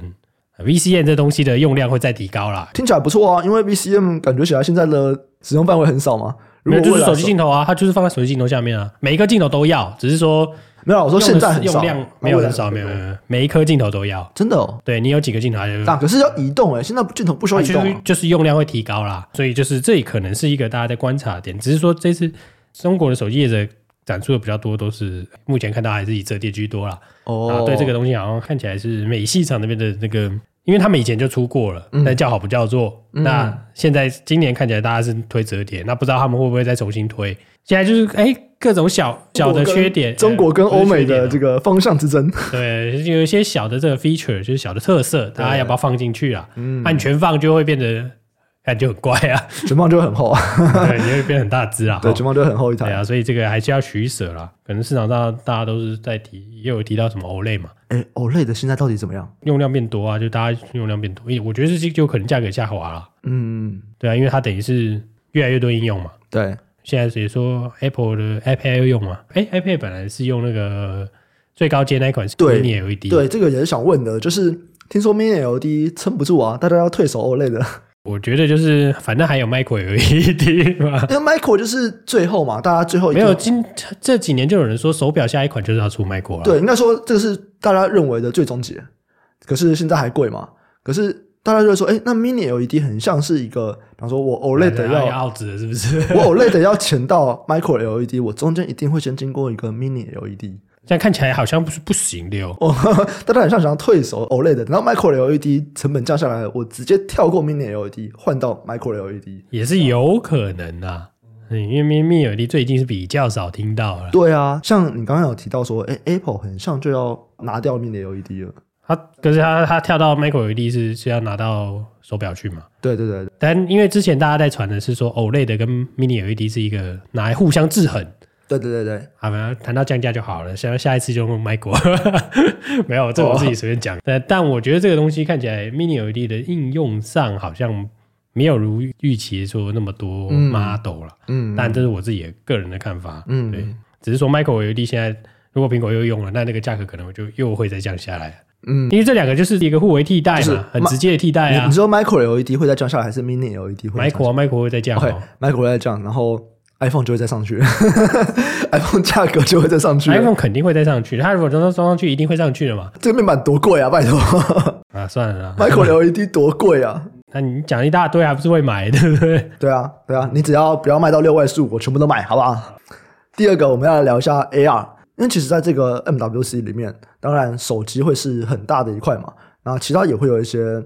[SPEAKER 2] 呃 VCN 这东西的用量会再提高啦。
[SPEAKER 1] 听起来不错啊。因为 VCM 感觉起来现在的使用范围很少嘛。如
[SPEAKER 2] 没有，
[SPEAKER 1] 果
[SPEAKER 2] 就
[SPEAKER 1] 未
[SPEAKER 2] 是
[SPEAKER 1] 来
[SPEAKER 2] 手机镜头啊，它就是放在手机镜头下面啊，每一个镜头都要，只是说
[SPEAKER 1] 没有啊，我说现在很
[SPEAKER 2] 用
[SPEAKER 1] 少，
[SPEAKER 2] 的用量没有很
[SPEAKER 1] 那
[SPEAKER 2] 少，没
[SPEAKER 1] 未来
[SPEAKER 2] 有没有，嗯没有每一颗镜头都要。
[SPEAKER 1] 真的哦。
[SPEAKER 2] 对你有几个镜头它就，
[SPEAKER 1] 但可是要移动哎、现在镜头不需要
[SPEAKER 2] 它
[SPEAKER 1] 移
[SPEAKER 2] 就
[SPEAKER 1] 动、
[SPEAKER 2] 是
[SPEAKER 1] 啊。
[SPEAKER 2] 就是用量会提高啦，所以就是这可能是一个大家在观察的点，只是说这次中国的手机业者展出的比较多，都是目前看到还是以折叠居多啦。啊
[SPEAKER 1] 哦，，
[SPEAKER 2] 对这个东西好像看起来是美系厂那边的那个，因为他们以前就出过了，
[SPEAKER 1] 嗯
[SPEAKER 2] 但叫好不叫座。那现在今年看起来大家是推折叠，那不知道他们会不会再重新推？现在就是哎，各种小小的缺点，
[SPEAKER 1] 中国跟
[SPEAKER 2] 呃
[SPEAKER 1] 欧美的
[SPEAKER 2] 不是缺
[SPEAKER 1] 这
[SPEAKER 2] 点
[SPEAKER 1] 个方向之争，
[SPEAKER 2] 啊对，有一些小的这个 feature 就是小的特色，大家要不要放进去啊？嗯，按全放就会变得感觉很怪 啊，
[SPEAKER 1] 全放就会很厚啊，
[SPEAKER 2] 对，你会变很大只啊。
[SPEAKER 1] 对，
[SPEAKER 2] 哈
[SPEAKER 1] 全放就会很厚一
[SPEAKER 2] 对
[SPEAKER 1] 台。
[SPEAKER 2] 啊，所以这个还是要取舍啦。可能市场上大家都是在提，也有提到什么 OLED 嘛，
[SPEAKER 1] 哎，OLED 的现在到底怎么样？
[SPEAKER 2] 用量变多啊，就大家用量变多，因为我觉得这就可能价格下滑了，
[SPEAKER 1] 嗯，
[SPEAKER 2] 对啊，因为它等于是越来越多应用嘛。
[SPEAKER 1] 对，
[SPEAKER 2] 现在也说 Apple 的 iPad 要用嘛，哎，iPad 本来是用那个最高阶那一款是
[SPEAKER 1] 对
[SPEAKER 2] Mini E LED，
[SPEAKER 1] 对，这个也是想问的，就是听说 Mini LED 撑不住啊，大家要退守 OLED 的。
[SPEAKER 2] 我觉得就是反正还有 Micro LED 嘛，
[SPEAKER 1] 因为 Micro 就是最后嘛，大家最后一
[SPEAKER 2] 没
[SPEAKER 1] 定
[SPEAKER 2] 有今这几年就有人说手表下一款就是要出 Micro 了，
[SPEAKER 1] 对，应该说这个是大家认为的最终解。可是现在还贵嘛？可是大家就会说，哎、那 Mini LED 很像是一个，比方说我 OLED
[SPEAKER 2] 要
[SPEAKER 1] 要
[SPEAKER 2] 要 out 了是不是？
[SPEAKER 1] 我 OLED 要前到 Micro LED，我中间一定会先经过一个 Mini LED。
[SPEAKER 2] 这样看起来好像不是不行的哦。
[SPEAKER 1] 哦，大家很像想要退守 OLED，等到 Micro LED 成本降下来了，我直接跳过 Mini LED 换到 Micro E LED。
[SPEAKER 2] 也是有可能的、啊，嗯因为 Mini LED 最近是比较少听到了。
[SPEAKER 1] 对啊，像你刚刚有提到说，哎、a p p l e 很像就要拿掉 Mini LED 了。
[SPEAKER 2] 他可是他他跳到 Micro LED 是是要拿到手表去嘛？
[SPEAKER 1] 对对对，
[SPEAKER 2] 但因为之前大家在传的是说 OLED 跟 Mini LED 是一个拿来互相制衡，
[SPEAKER 1] 对对对对，
[SPEAKER 2] 好吧，谈到降价就好了，下下一次就用 Micro，没有， 这我自己随便讲。但、但我觉得这个东西看起来 Mini LED 的应用上好像没有如预期说那么多
[SPEAKER 1] 嗯
[SPEAKER 2] model 了，
[SPEAKER 1] 嗯，
[SPEAKER 2] 但这是我自己的个人的看法。
[SPEAKER 1] 嗯
[SPEAKER 2] 对，只是说 Micro LED 现在如果苹果又用了，那那个价格可能就又会再降下来。
[SPEAKER 1] 嗯，
[SPEAKER 2] 因为这两个就是一个互为替代嘛，
[SPEAKER 1] 就是
[SPEAKER 2] 很直接的替代
[SPEAKER 1] 你
[SPEAKER 2] 啊
[SPEAKER 1] E 你。说 micro LED 会再降下来，还是 mini LED 会再降下来
[SPEAKER 2] Micro 啊 Micro 会再降、哦
[SPEAKER 1] OK，micro 会再降，然后 iPhone 就会再上去 ，iPhone 价格就会再上去。
[SPEAKER 2] iPhone 肯定会再上去，它如果装装装上去，一定会上去的嘛。
[SPEAKER 1] 这个面板多贵啊，拜托
[SPEAKER 2] 啊，算了啦，
[SPEAKER 1] ，Micro LED 多贵啊！
[SPEAKER 2] 那你讲一大堆还不是会买，对不对？
[SPEAKER 1] 对啊，对啊，你只要不要卖到六位数，我全部都买，好不好？第二个，我们要来聊一下 AR，因为其实在这个 MWC 里面，当然手机会是很大的一块嘛，然后其他也会有一些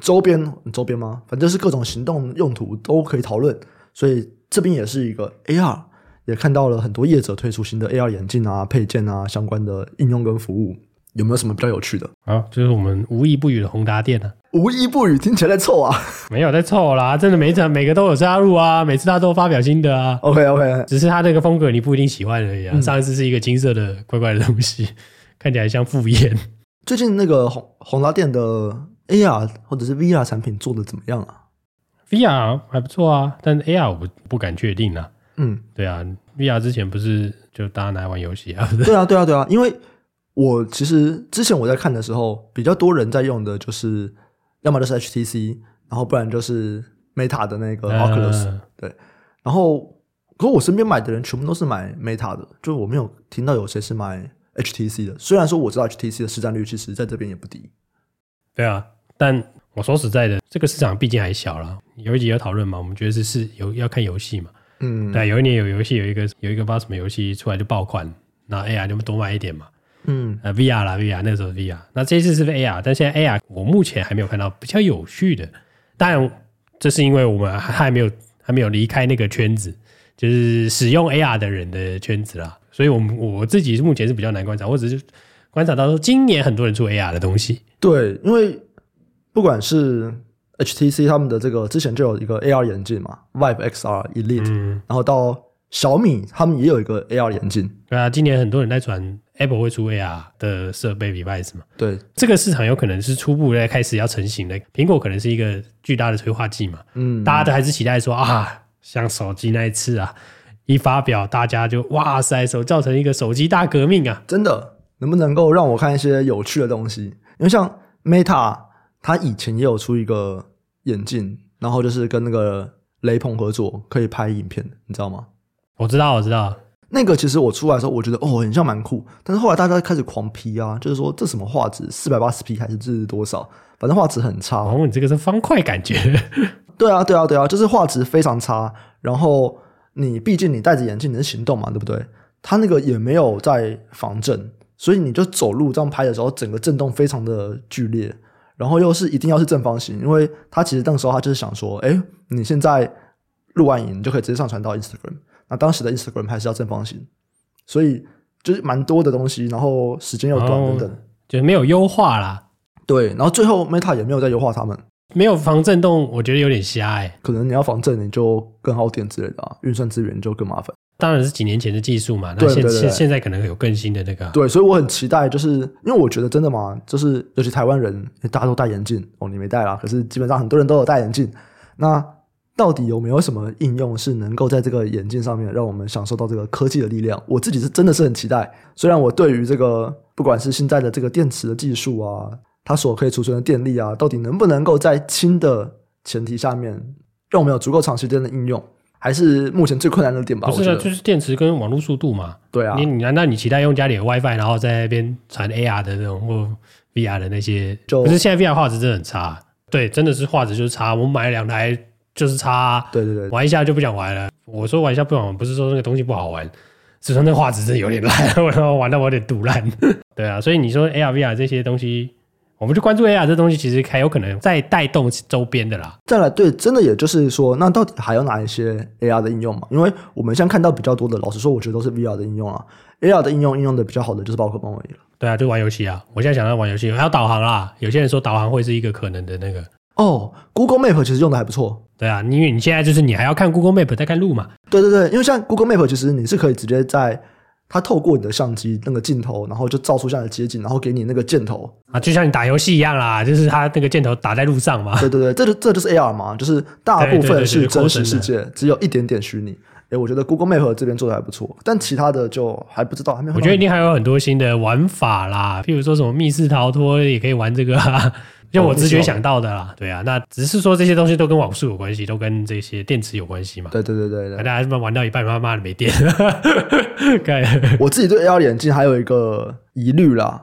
[SPEAKER 1] 周边，周边吗？反正是各种行动用途都可以讨论，所以这边也是一个 AR，也看到了很多业者推出新的 AR 眼镜啊、配件啊相关的应用跟服务，有没有什么比较有趣的？
[SPEAKER 2] 啊，就是我们无意不语的宏达店啊，
[SPEAKER 1] 无一不语，听起来在凑啊。
[SPEAKER 2] 没有在凑啦，真的每一场每个都有加入啊，每次他都发表新的啊，
[SPEAKER 1] OK OK，
[SPEAKER 2] 只是他这个风格你不一定喜欢而已
[SPEAKER 1] 嗯
[SPEAKER 2] 啊。上一次是一个金色的怪怪的东西， 看起来像复眼，
[SPEAKER 1] 最近那个红红拉店的 AR 或者是 VR 产品做的怎么样啊？
[SPEAKER 2] VR 还不错啊，但是 AR 我不不敢确定啊。
[SPEAKER 1] 嗯，
[SPEAKER 2] 对啊，VR 之前不是就大家拿来玩游戏啊？不是
[SPEAKER 1] 对啊，对啊，对啊，因为我其实之前我在看的时候，比较多人在用的就是，要么就是 HTC，然后不然就是 Meta 的那个呃 Oculus，、
[SPEAKER 2] 嗯
[SPEAKER 1] 对，然后可我身边买的人全部都是买 Meta 的，就我没有听到有谁是买 HTC 的。虽然说我知道 HTC 的市占率其实在这边也不低，
[SPEAKER 2] 对啊，但我说实在的，这个市场毕竟还小啦。有一集有讨论嘛，我们觉得是是有要看游戏嘛。
[SPEAKER 1] 嗯，
[SPEAKER 2] 对啊、有一年有游戏有一个有一个不知道什么游戏出来就爆款，那 AR 就多买一点嘛。
[SPEAKER 1] 嗯，
[SPEAKER 2] 呃，VR 啦，VR 那时候是 VR，那这一次是 AR，但现在 AR 我目前还没有看到比较有趣的。当然，这是因为我们还还没有还没有离开那个圈子，就是使用 AR 的人的圈子啦。所以我们我自己目前是比较难观察，我只是观察到说今年很多人出 AR 的东西。
[SPEAKER 1] 对，因为不管是 HTC 他们的这个之前就有一个 AR 眼镜嘛，Vive XR Elite，、
[SPEAKER 2] 嗯，
[SPEAKER 1] 然后到小米他们也有一个 AR 眼镜，
[SPEAKER 2] 对啊，今年很多人在传 Apple 会出 AR 的设备 device 嘛，
[SPEAKER 1] 对，
[SPEAKER 2] 这个市场有可能是初步在开始要成型的，苹果可能是一个巨大的催化剂嘛。
[SPEAKER 1] 嗯，
[SPEAKER 2] 大家都还是期待说啊，像手机那一次啊，一发表，大家就哇塞，手造成一个手机大革命啊！
[SPEAKER 1] 真的能不能够让我看一些有趣的东西？因为像 Meta，它以前也有出一个眼镜，然后就是跟那个雷朋合作，可以拍影片，你知道吗？
[SPEAKER 2] 我知道，我知道，
[SPEAKER 1] 那个其实我出来的时候，我觉得哦，很像蛮酷，但是后来大家开始狂批啊，就是说这什么画质，四百八十 P 还是这是多少？反正画质很差。
[SPEAKER 2] 哦，你这个是方块感觉，
[SPEAKER 1] 对啊，对啊，对啊，就是画质非常差。然后你毕竟你戴着眼镜，你是行动嘛，对不对？它那个也没有在防震，所以你就走路这样拍的时候，整个震动非常的剧烈。然后又是一定要是正方形，因为它其实那个时候它就是想说，哎，你现在录完影你就可以直接上传到 Instagram。那当时的 Instagram 还是要正方形，所以就是蛮多的东西，然后时间又短等等。
[SPEAKER 2] 哦就是没有优化啦，
[SPEAKER 1] 对，然后最后 Meta 也没有在优化他们，没
[SPEAKER 2] 没有防震动，我觉得有点瞎哎、
[SPEAKER 1] 可能你要防震，你就更耗电之类的啊，运算资源就更麻烦。
[SPEAKER 2] 当然是几年前的技术嘛，那
[SPEAKER 1] 对
[SPEAKER 2] 现
[SPEAKER 1] 对对
[SPEAKER 2] 现现在可能有更新的那个啊、
[SPEAKER 1] 对，所以我很期待，就是因为我觉得真的嘛，就是尤其台湾人大家都戴眼镜哦，你没戴啦，可是基本上很多人都有戴眼镜。那到底有没有什么应用是能够在这个眼镜上面让我们享受到这个科技的力量？我自己是真的是很期待。虽然我对于这个不管是现在的这个电池的技术啊，它所可以储存的电力啊，到底能不能够在轻的前提下面，让我们有足够长时间的应用，还是目前最困难的点吧？
[SPEAKER 2] 不
[SPEAKER 1] 我
[SPEAKER 2] 是
[SPEAKER 1] 觉
[SPEAKER 2] 啊，
[SPEAKER 1] 得
[SPEAKER 2] 就是电池跟网络速度嘛。
[SPEAKER 1] 对啊，
[SPEAKER 2] 你你难道你期待用家里的 WiFi，然后在那边传 AR 的那种或 VR 的那些？
[SPEAKER 1] 就
[SPEAKER 2] 可是现在 VR 画质真的很差，对，真的是画质就是差。我们买了两台就是差啊、
[SPEAKER 1] 对对对，
[SPEAKER 2] 玩一下就不想玩了。我说玩一下不想玩，不是说那个东西不好玩，只是说那画质真的有点烂， 然后玩到我有点堵烂。对啊，所以你说 AR、VR 这些东西，我们就关注 AR 这东西，其实还有可能在带动周边的啦。
[SPEAKER 1] 再来，对，真的也就是说，那到底还有哪一些 AR 的应用嘛？因为我们现在看到比较多的，老实说，我觉得都是 VR 的应用啊。AR 的应用应用的比较好的就是宝可梦而已了。
[SPEAKER 2] 对啊，就玩游戏啊！我现在想要玩游戏，还有导航啦。有些人说导航会是一个可能的那个，
[SPEAKER 1] 哦，Google Map 其实用的还不错。
[SPEAKER 2] 对啊，因为你现在就是你还要看 Google Map 在看路嘛，
[SPEAKER 1] 对对对，因为像 Google Map 其实你是可以直接在它透过你的相机那个镜头，然后就照出像的街景，然后给你那个箭头。
[SPEAKER 2] 啊，就像你打游戏一样啦，就是它那个箭头打在路上嘛。
[SPEAKER 1] 对对对，这就这就是 AR 嘛，就是大部分是真实世界，只有一点点虚拟。诶，我觉得 Google Map 这边做的还不错，但其他的就还不知道，还没有看到。
[SPEAKER 2] 我觉得一定还有很多新的玩法啦，譬如说什么密室逃脱也可以玩这个啊，就
[SPEAKER 1] 哦
[SPEAKER 2] 我直觉想到的啦。对啊，那只是说这些东西都跟网速有关系，都跟这些电池有关系嘛。啊
[SPEAKER 1] 对对对对对
[SPEAKER 2] 大，家他妈玩到一半，妈妈的没电， 该
[SPEAKER 1] 我自己对 AR 眼镜还有一个疑虑啦，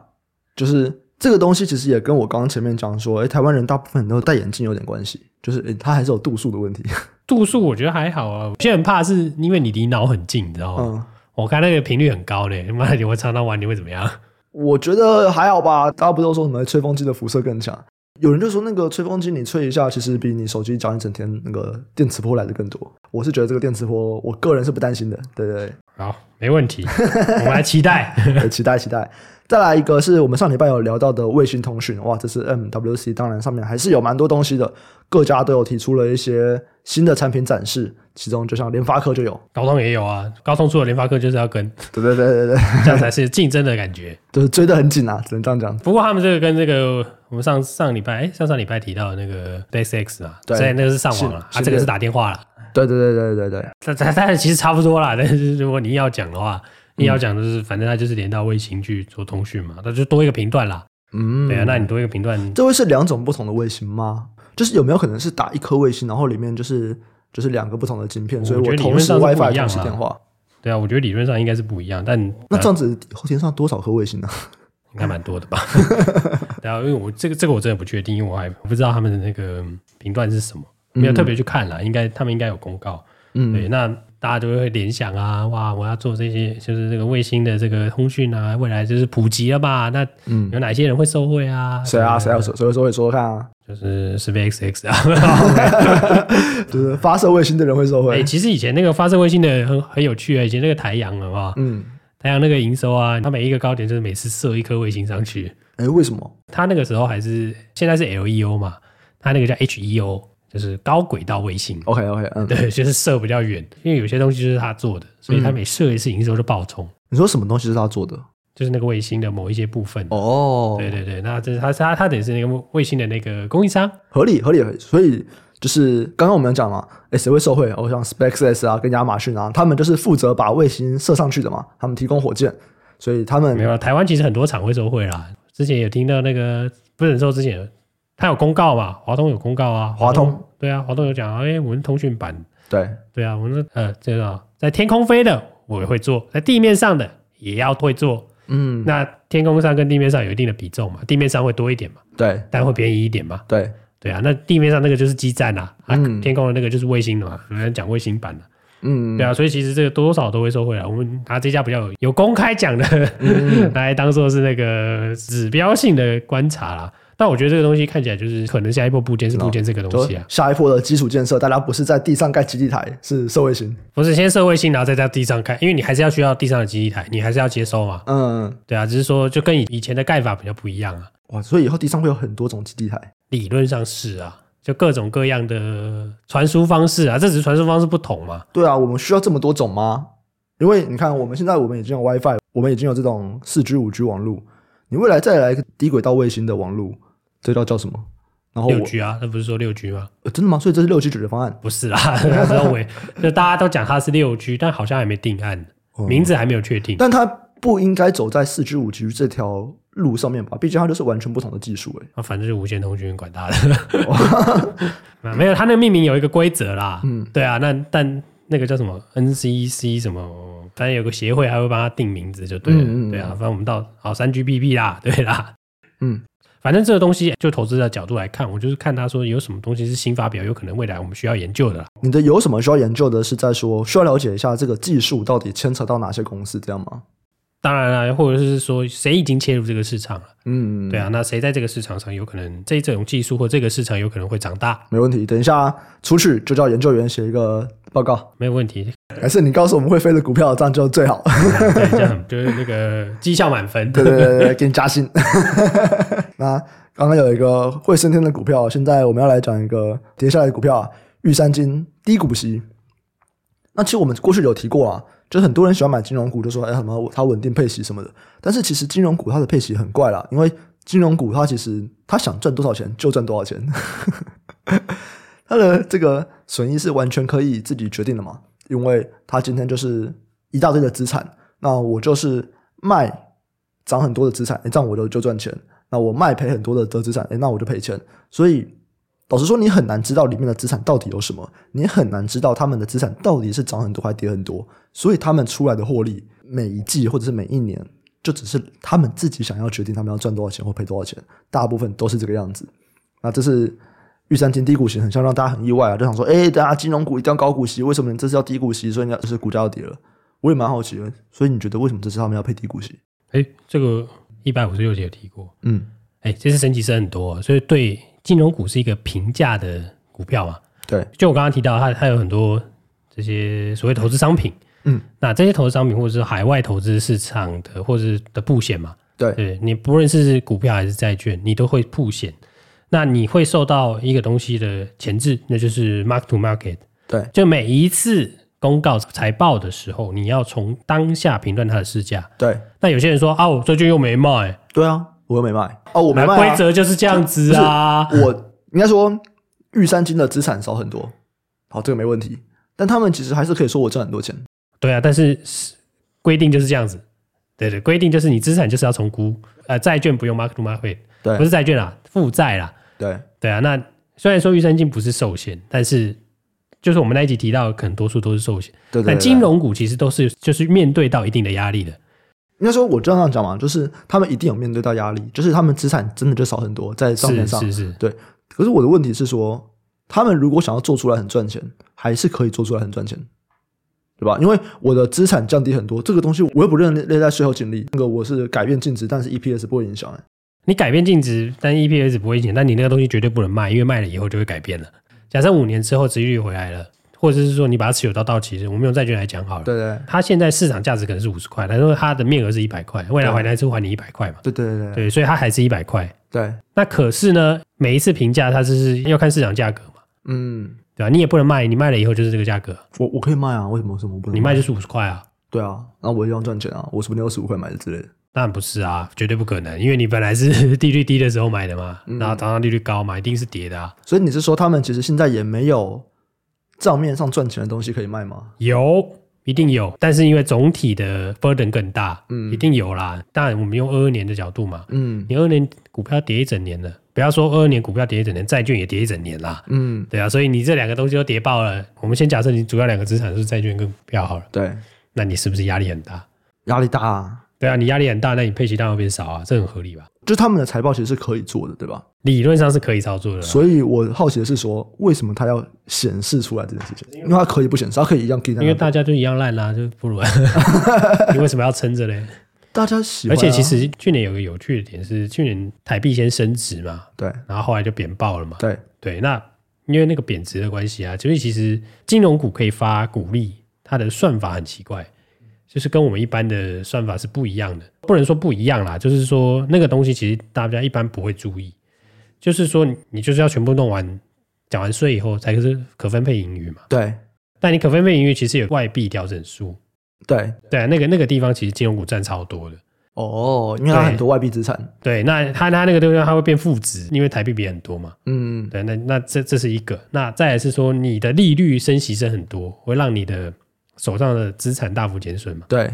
[SPEAKER 1] 就是这个东西其实也跟我刚刚前面讲说，哎、台湾人大部分人都戴眼镜有点关系，就是、诶它还是有度数的问题。
[SPEAKER 2] 度数我觉得还好啊。有些人怕是因为你离脑很近，你知道吗？
[SPEAKER 1] 嗯，
[SPEAKER 2] 我看那个频率很高嘞，他妈的，你会常常玩，你会怎么样？
[SPEAKER 1] 我觉得还好吧，大家不都说什么吹风机的辐射更强？有人就说那个吹风机你吹一下，其实比你手机讲一整天那个电磁波来的更多。我是觉得这个电磁波，我个人是不担心的，对对对。
[SPEAKER 2] 好，没问题，我们来 期待。
[SPEAKER 1] 对期待期待。再来一个是我们上礼拜有聊到的卫星通讯，哇，这是 MWC，当然上面还是有蛮多东西的，各家都有提出了一些新的产品展示，其中就像联发科就有，
[SPEAKER 2] 高通也有啊，高通出了联发科就是要跟，
[SPEAKER 1] 对对对对对，
[SPEAKER 2] 这样才是竞争的感觉。
[SPEAKER 1] 就是追得很紧啊，只能这样讲。
[SPEAKER 2] 不过他们这个跟这个我们上上礼拜哎上上礼拜提到的那个 SpaceX 啊，
[SPEAKER 1] 对
[SPEAKER 2] 所以那个是上网了，
[SPEAKER 1] 是
[SPEAKER 2] 啊
[SPEAKER 1] 是
[SPEAKER 2] 这个是打电话了，
[SPEAKER 1] 对对对对对对
[SPEAKER 2] 但但但其实差不多啦。 但是如果你要讲的话，
[SPEAKER 1] 嗯
[SPEAKER 2] 你要讲就是反正它就是连到卫星去做通讯嘛，那就多一个频段啦。
[SPEAKER 1] 嗯，
[SPEAKER 2] 对啊，那你多一个频段，
[SPEAKER 1] 这会是两种不同的卫星吗？就是有没有可能是打一颗卫星，然后里面就是就是两个不同的晶片，
[SPEAKER 2] 我
[SPEAKER 1] 所以
[SPEAKER 2] 觉得
[SPEAKER 1] 我
[SPEAKER 2] 理
[SPEAKER 1] 同
[SPEAKER 2] 论
[SPEAKER 1] 时
[SPEAKER 2] 上是不一
[SPEAKER 1] WiFi
[SPEAKER 2] 样
[SPEAKER 1] 同时
[SPEAKER 2] 啊
[SPEAKER 1] 电话？
[SPEAKER 2] 对啊，我觉得理论上应该是不一样，但
[SPEAKER 1] 那
[SPEAKER 2] 呃
[SPEAKER 1] 这样子天上多少颗卫星呢、
[SPEAKER 2] 应该蛮多的吧？ 然后、因为我这个这个我真的不确定，因为我还不知道他们的那个频段是什么，没有特别去看啦。应该他们应该有公告，
[SPEAKER 1] 嗯
[SPEAKER 2] 对，那大家就会联想啊，哇，我要做这些，就是这个卫星的这个通讯啊，未来就是普及了吧？那有哪些人会受惠啊？
[SPEAKER 1] 谁嗯啊？谁啊？谁谁谁会说说看啊？
[SPEAKER 2] 就是 SpaceX 啊。
[SPEAKER 1] 就是发射卫星的人会受
[SPEAKER 2] 哎、
[SPEAKER 1] 惠。
[SPEAKER 2] 其实以前那个发射卫星的很很有趣啊，以前那个台阳好不好？
[SPEAKER 1] 嗯，
[SPEAKER 2] 台阳那个营收啊，它每一个高点就是每次射一颗卫星上去，
[SPEAKER 1] 哎，为什么？
[SPEAKER 2] 它那个时候还是现在是 LEO 嘛，它那个叫 HEO，就是高轨道卫星。
[SPEAKER 1] OK OK，嗯，
[SPEAKER 2] 对，就是射比较远，因为有些东西就是他做的，所
[SPEAKER 1] 嗯
[SPEAKER 2] 以他每射一次营收就爆冲，
[SPEAKER 1] 你说什么东西是他做的？
[SPEAKER 2] 就是那个卫星的某一些部分。
[SPEAKER 1] 哦，
[SPEAKER 2] 对对对，那这是他他他等于是那个卫星的那个供应商，
[SPEAKER 1] 合理合理，合理所以。就是刚刚我们讲嘛，哎，谁会受惠？我想 SpaceX 啊，跟亚马逊啊，他们就是负责把卫星射上去的嘛，他们提供火箭，所以他们
[SPEAKER 2] 没有啦啊台湾其实很多厂会收会啦。之前有听到那个不能说之前有他有公告嘛，华通有公告啊，
[SPEAKER 1] 华通
[SPEAKER 2] 对啊，华通有讲，哎，我们通讯版，
[SPEAKER 1] 对
[SPEAKER 2] 对啊，我们呃这个啊在天空飞的我也会做，在地面上的也要会做。
[SPEAKER 1] 嗯，
[SPEAKER 2] 那天空上跟地面上有一定的比重嘛，地面上会多一点嘛，
[SPEAKER 1] 对
[SPEAKER 2] 但会便宜一点嘛。
[SPEAKER 1] 对，
[SPEAKER 2] 对啊，那地面上那个就是基站啦、啊，
[SPEAKER 1] 嗯
[SPEAKER 2] 天空的那个就是卫星的嘛，有人讲卫星版的、
[SPEAKER 1] 嗯
[SPEAKER 2] 对啊，所以其实这个多多少少都会收回来。我们拿这家比较有有公开讲的、
[SPEAKER 1] 嗯
[SPEAKER 2] 来当做是那个指标性的观察啦。但我觉得这个东西看起来就是可能下一波部件是部件这个东
[SPEAKER 1] 就
[SPEAKER 2] 西啊，
[SPEAKER 1] 下一波的基础建设，大家不是在地上盖基地台，是社卫星。
[SPEAKER 2] 不是先设卫星，然后再在地上看，因为你还是要需要地上的基地台，你还是要接收嘛。
[SPEAKER 1] 嗯，
[SPEAKER 2] 对啊，只是说就跟以以前的盖法比较不一样啊，
[SPEAKER 1] 哇，所以以后地上会有很多种基地台。
[SPEAKER 2] 理论上是啊，就各种各样的传输方式啊，这只是传输方式不同嘛。
[SPEAKER 1] 对啊，我们需要这么多种吗？因为你看，我们现在我们已经有 WiFi，我们已经有这种四 G、五 G 网路，你未来再来一个低轨道卫星的网路，这叫叫什么？然后
[SPEAKER 2] 六
[SPEAKER 1] 哦我、
[SPEAKER 2] G 啊，那不是说六 G 吗？
[SPEAKER 1] 呃真的吗？所以这是六 G 解决方案。
[SPEAKER 2] 不是啦， 那时候我也就大家都讲它是六 G，但好像还没定案，
[SPEAKER 1] 哦
[SPEAKER 2] 名字还没有确定。
[SPEAKER 1] 嗯但它不应该走在四 G、五 G 这条路上面吧？毕竟它就是完全不同的技术、欸。
[SPEAKER 2] 啊，反正是无线通讯管他的，
[SPEAKER 1] 哦
[SPEAKER 2] 啊 没有，它那个命名有一个规则啦。嗯，对啊，那但那个叫什么 NCC 什么，反正有个协会还会帮他定名字就对了。
[SPEAKER 1] 嗯嗯嗯
[SPEAKER 2] 对啊，反正我们到好三 GPP 啦， 对啦，
[SPEAKER 1] 嗯，
[SPEAKER 2] 反正这个东西就投资的角度来看，我就是看他说有什么东西是新发表，有可能未来我们需要研究的啦。
[SPEAKER 1] 你的有什么需要研究的？是在说需要了解一下这个技术到底牵扯到哪些公司，这样吗？
[SPEAKER 2] 当然啦，或者是说谁已经切入这个市场了。
[SPEAKER 1] 嗯，
[SPEAKER 2] 对啊，那谁在这个市场上有可能这这种技术或这个市场有可能会长大，
[SPEAKER 1] 没问题。等一下出去就叫研究员写一个报告，
[SPEAKER 2] 没有问题，
[SPEAKER 1] 还是你告诉我们会飞的股票，这样就最好。
[SPEAKER 2] 对，这样就是那个绩效满分。
[SPEAKER 1] 对对对 对，给你加薪。那刚刚有一个会升天的股票，现在我们要来讲一个跌下来的股票啊，玉山金低股息。那其实我们过去有提过啊，就是很多人喜欢买金融股，就说哎什么它稳定配息什么的。但是其实金融股它的配息很怪啦，因为金融股它其实它想赚多少钱就赚多少钱，它的这个损益是完全可以自己决定的嘛，因为它今天就是一大堆的资产，那我就是卖涨很多的资产，诶这样我就就赚钱。那我卖赔很多的得资产，诶，那我就赔钱。所以老实说，你很难知道里面的资产到底有什么，你很难知道他们的资产到底是涨很多还跌很多。所以他们出来的获利，每一季或者是每一年，就只是他们自己想要决定他们要赚多少钱或赔多少钱，大部分都是这个样子。那这是玉山金低股息，很像让大家很意外啊，就想说，哎、大家金融股一定要高股息，为什么你这次要低股息？所以你要就是股价要跌了。我也蛮好奇的，所以你觉得为什么这次他们要配低股息？
[SPEAKER 2] 哎，这个一百五十六节有提过，
[SPEAKER 1] 嗯，
[SPEAKER 2] 哎，这次升级是很多，所以对金融股是一个平价的股票嘛。
[SPEAKER 1] 对，
[SPEAKER 2] 就我刚刚提到，它它有很多这些所谓投资商品，
[SPEAKER 1] 嗯，
[SPEAKER 2] 那这些投资商品或者是海外投资市场的或者是的布险嘛，
[SPEAKER 1] 对
[SPEAKER 2] 对你不论是股票还是债券，你都会布险。那你会受到一个东西的前置，那就是 mark to market。
[SPEAKER 1] 对，
[SPEAKER 2] 就每一次公告财报的时候，你要从当下评断它的市价。
[SPEAKER 1] 对，
[SPEAKER 2] 那有些人说啊，我最近又没卖，
[SPEAKER 1] 对啊，我又没卖哦，我没卖、啊。
[SPEAKER 2] 规则 就是这样子啊。
[SPEAKER 1] 我应该说，玉山金的资产少很多，好，这个没问题。但他们其实还是可以说我赚很多钱，
[SPEAKER 2] 对啊，但是是规定就是这样子。对对，规定就是你资产就是要重估，呃，债券不用 mark to market，
[SPEAKER 1] 对
[SPEAKER 2] 不是债券啦，负债啦。
[SPEAKER 1] 对
[SPEAKER 2] 对啊，那虽然说预算金不是寿险，但是就是我们那一集提到，可能多数都是寿险。
[SPEAKER 1] 对对对
[SPEAKER 2] 但金融股其实都是就是面对到一定的压力的。
[SPEAKER 1] 应该说，我这样讲嘛，就是他们一定有面对到压力，就是他们资产真的就少很多在账面
[SPEAKER 2] 是
[SPEAKER 1] 上。
[SPEAKER 2] 是是，
[SPEAKER 1] 可是我的问题是说，他们如果想要做出来很赚钱，还是可以做出来很赚钱，对吧？因为我的资产降低很多，这个东西我又不认列在税后净利，那个我是改变净值，但是 EPS 不会影响、欸。
[SPEAKER 2] 你改变净值，但 EPS 不会减，但你那个东西绝对不能卖，因为卖了以后就会改变了。假设五年之后殖利率回来了，或者是说你把它持有到到期日，我们用债券来讲好了。
[SPEAKER 1] 对对
[SPEAKER 2] 它现在市场价值可能是五十块，但是它的面额是一百块，未来
[SPEAKER 1] 对
[SPEAKER 2] 回来是还你一百块嘛？
[SPEAKER 1] 对对对对
[SPEAKER 2] 对，所以它还是一百块。
[SPEAKER 1] 对，
[SPEAKER 2] 那可是呢，每一次评价它就是要看市场价格嘛，
[SPEAKER 1] 嗯，
[SPEAKER 2] 对吧、你也不能卖，你卖了以后就是这个价格，
[SPEAKER 1] 我我可以卖啊，为什么为什么我不能？
[SPEAKER 2] 你卖就是五十块啊。
[SPEAKER 1] 对啊，那我一样赚钱啊，我说不定二十五块买的之类的。
[SPEAKER 2] 当然不是啊，绝对不可能，因为你本来是 利率低的时候买的嘛，
[SPEAKER 1] 嗯
[SPEAKER 2] 然后当然利率高嘛，一定是跌的啊。
[SPEAKER 1] 所以你是说他们其实现在也没有账面上赚钱的东西可以卖吗？
[SPEAKER 2] 有，一定有，但是因为总体的 burden 更大，
[SPEAKER 1] 嗯
[SPEAKER 2] 一定有啦。当然，我们用二二年的角度嘛，
[SPEAKER 1] 嗯
[SPEAKER 2] 你二年股票跌一整年了，不要说二二年股票跌一整年，债券也跌一整年啦。
[SPEAKER 1] 嗯，
[SPEAKER 2] 对啊，所以你这两个东西都跌爆了。我们先假设你主要两个资产是债券跟股票好了，
[SPEAKER 1] 对，
[SPEAKER 2] 那你是不是压力很大？
[SPEAKER 1] 压力大、啊，
[SPEAKER 2] 对啊，你压力很大，那你配息当然会变少啊，这很合理吧？
[SPEAKER 1] 就是他们的财报其实是可以做的，对吧？
[SPEAKER 2] 理论上是可以操作的啦，
[SPEAKER 1] 所以我好奇的是说，为什么他要显示出来这件事情？因为他可以不显示，他可以一样给
[SPEAKER 2] 因为大家就一样烂啦、啊就不如、 你为什么要撑着嘞？
[SPEAKER 1] 大家喜欢
[SPEAKER 2] 而
[SPEAKER 1] 啊、
[SPEAKER 2] 且其实去年有个有趣的点是，去年台币先升值嘛，
[SPEAKER 1] 对
[SPEAKER 2] 然后后来就贬爆了嘛。
[SPEAKER 1] 对
[SPEAKER 2] 对，那因为那个贬值的关系啊，所以其实金融股可以发股利，它的算法很奇怪，就是跟我们一般的算法是不一样的。不能说不一样啦，就是说那个东西其实大家一般不会注意，就是说你你就是要全部弄完，缴完税以后才是可分配盈余嘛。
[SPEAKER 1] 对
[SPEAKER 2] 但你可分配盈余其实有外币调整数，
[SPEAKER 1] 对，
[SPEAKER 2] 对啊、那个那个地方其实金融股占超多的。
[SPEAKER 1] 哦，因为他很多外币资产，
[SPEAKER 2] 对，那它它那个地方它会变负值，因为台币比很多嘛。
[SPEAKER 1] 嗯，
[SPEAKER 2] 对，那那这这是一个，那再来是说你的利率升息升很多，会让你的手上的资产大幅减损嘛，
[SPEAKER 1] 对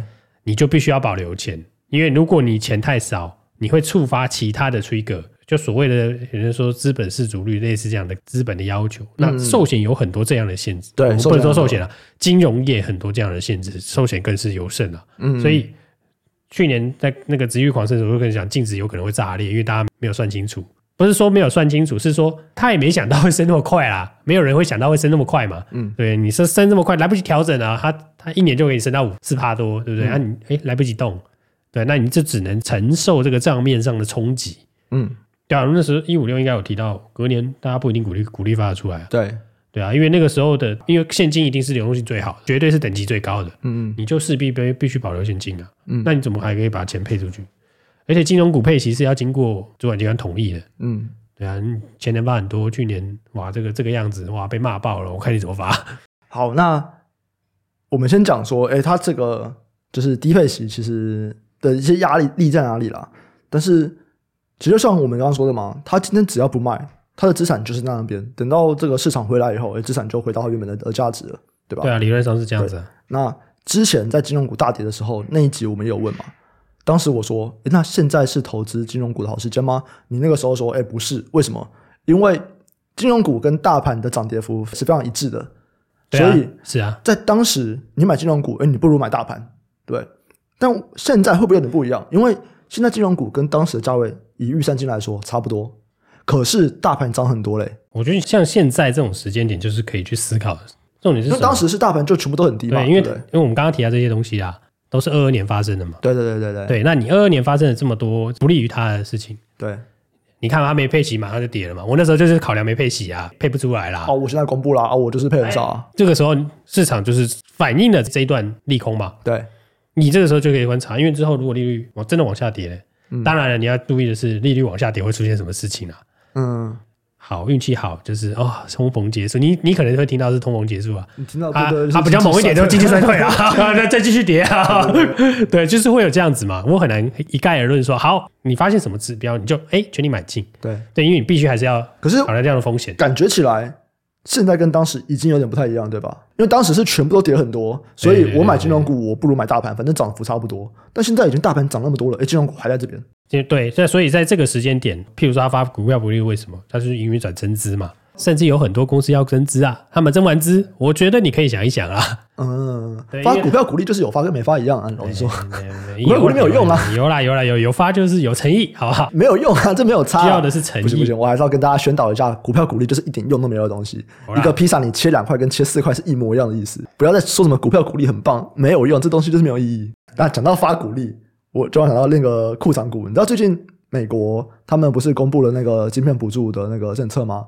[SPEAKER 2] 你就必须要保留钱，因为如果你钱太少，你会触发其他的 trigger，就所谓的有人说资本市足率类似这样的资本的要求。那寿险有很多这样的限制，
[SPEAKER 1] 嗯对
[SPEAKER 2] 我们
[SPEAKER 1] 寿
[SPEAKER 2] 不
[SPEAKER 1] 险
[SPEAKER 2] 能说
[SPEAKER 1] 很
[SPEAKER 2] 寿
[SPEAKER 1] 多
[SPEAKER 2] 险啊，金融业很多这样的限制，寿险更是尤甚啊。
[SPEAKER 1] 嗯
[SPEAKER 2] 所以去年在那个值域狂升的时候，我就跟你讲，净值有可能会炸裂，因为大家没有算清楚。不是说没有算清楚，是说他也没想到会升那么快啦，没有人会想到会升那么快嘛。
[SPEAKER 1] 嗯，
[SPEAKER 2] 对，你升升这么快，来不及调整啊，他他一年就给你升到五四趴多，对不对？那、啊、你哎来不及动，对，那你就只能承受这个账面上的冲击。
[SPEAKER 1] 嗯
[SPEAKER 2] 对啊，那时候一五六应该有提到，隔年大家不一定鼓励鼓励发得出来啊，
[SPEAKER 1] 对，
[SPEAKER 2] 对啊，因为那个时候的，因为现金一定是流动性最好的，绝对是等级最高的，
[SPEAKER 1] 嗯
[SPEAKER 2] 你就势必必必须保留现金啊。
[SPEAKER 1] 嗯
[SPEAKER 2] 那你怎么还可以把钱配出去？而且金融股配息是要经过主管机关同意的，
[SPEAKER 1] 嗯，
[SPEAKER 2] 对啊。你前年发很多，去年哇这个这个样子哇被骂爆了，我看你怎么 发。
[SPEAKER 1] 好，那我们先讲说，哎，他这个就是低配息，其实的一些压力力在哪里啦？但是其实就像我们刚刚说的嘛，他今天只要不卖，他的资产就是在那边，等到这个市场回来以后，哎，资产就回到它原本的的价值了，对吧？
[SPEAKER 2] 对啊，理论上是这样子、啊。
[SPEAKER 1] 那之前在金融股大跌的时候，那一集我们也有问嘛，当时我说，诶那现在是投资金融股的好时间吗？你那个时候说，哎，不是，为什么？因为金融股跟大盘的涨跌幅是非常一致的，
[SPEAKER 2] 对啊
[SPEAKER 1] 所以
[SPEAKER 2] 是啊，
[SPEAKER 1] 在当时你买金融股，哎，你不如买大盘，对。但现在会不会有点不一样？因为现在金融股跟当时的价位以预算金来说差不多，可是大盘涨很多嘞。
[SPEAKER 2] 我觉得像现在这种时间点，就是可以去思考的。重点是
[SPEAKER 1] 那
[SPEAKER 2] 什么
[SPEAKER 1] 当时是大盘就全部都很低嘛，
[SPEAKER 2] 对，因为
[SPEAKER 1] 对
[SPEAKER 2] 因
[SPEAKER 1] 不
[SPEAKER 2] 为我们刚刚提到这些东西啊，都是二二年发生的嘛。
[SPEAKER 1] 对对对对对对
[SPEAKER 2] 对，那你二二年发生了这么多不利于他的事情，
[SPEAKER 1] 对。
[SPEAKER 2] 你看嘛他没配息，马上就跌了嘛。我那时候就是考量没配息啊，配不出来啦。
[SPEAKER 1] 哦，我现在公布了啊，我就是配很少啊，
[SPEAKER 2] 这个时候市场就是反映了这一段利空嘛。
[SPEAKER 1] 对
[SPEAKER 2] 你这个时候就可以观察，因为之后如果利率往真的往下跌了，当然了，你要注意的是利率往下跌会出现什么事情啊？
[SPEAKER 1] 嗯，
[SPEAKER 2] 好，运气好就是哦，通膨结束，你你可能会听到是通膨结束啊，
[SPEAKER 1] 你听到
[SPEAKER 2] 啊
[SPEAKER 1] 对对，
[SPEAKER 2] 啊，比较猛一点就经济衰退啊，那再继续跌啊， 对，就是会有这样子嘛，我很难一概而论说，好，你发现什么指标你就哎全力买进，
[SPEAKER 1] 对。
[SPEAKER 2] 对，因为你必须还是要
[SPEAKER 1] 可是
[SPEAKER 2] 考量这样的风险，
[SPEAKER 1] 感觉起来，现在跟当时已经有点不太一样，对吧？因为当时是全部都跌很多，所
[SPEAKER 2] 对对
[SPEAKER 1] 以
[SPEAKER 2] 对
[SPEAKER 1] 我买金融股，我不如买大盘，反正涨幅差不多。但现在已经大盘涨那么多了，哎，金融股还在这边，
[SPEAKER 2] 就对，那所以在这个时间点，譬如说他发股票不利，为什么？他就是盈余转增资嘛，甚至有很多公司要增资啊，他们增完资，我觉得你可以想一想啊，
[SPEAKER 1] 嗯
[SPEAKER 2] 对，
[SPEAKER 1] 发
[SPEAKER 2] 因为
[SPEAKER 1] 股票股利就是有发跟没发一样啊，老实说
[SPEAKER 2] 有啦
[SPEAKER 1] 我没有用啊，
[SPEAKER 2] 有啦有啦有有发就是有诚意，好不好？
[SPEAKER 1] 没有用啊，这没有差啊、
[SPEAKER 2] 需要的是诚意
[SPEAKER 1] 不行不行，我还是要跟大家宣导一下，股票股利就是一点用都没有的东西。
[SPEAKER 2] 好啦
[SPEAKER 1] 一个披萨你切两块跟切四块是一模一样的意思，不要再说什么股票股利很棒，没有用，这东西就是没有意义。那讲到发股利，我就要想到那个库藏股，你知道最近美国他们不是公布了那个晶片补助的那个政策吗？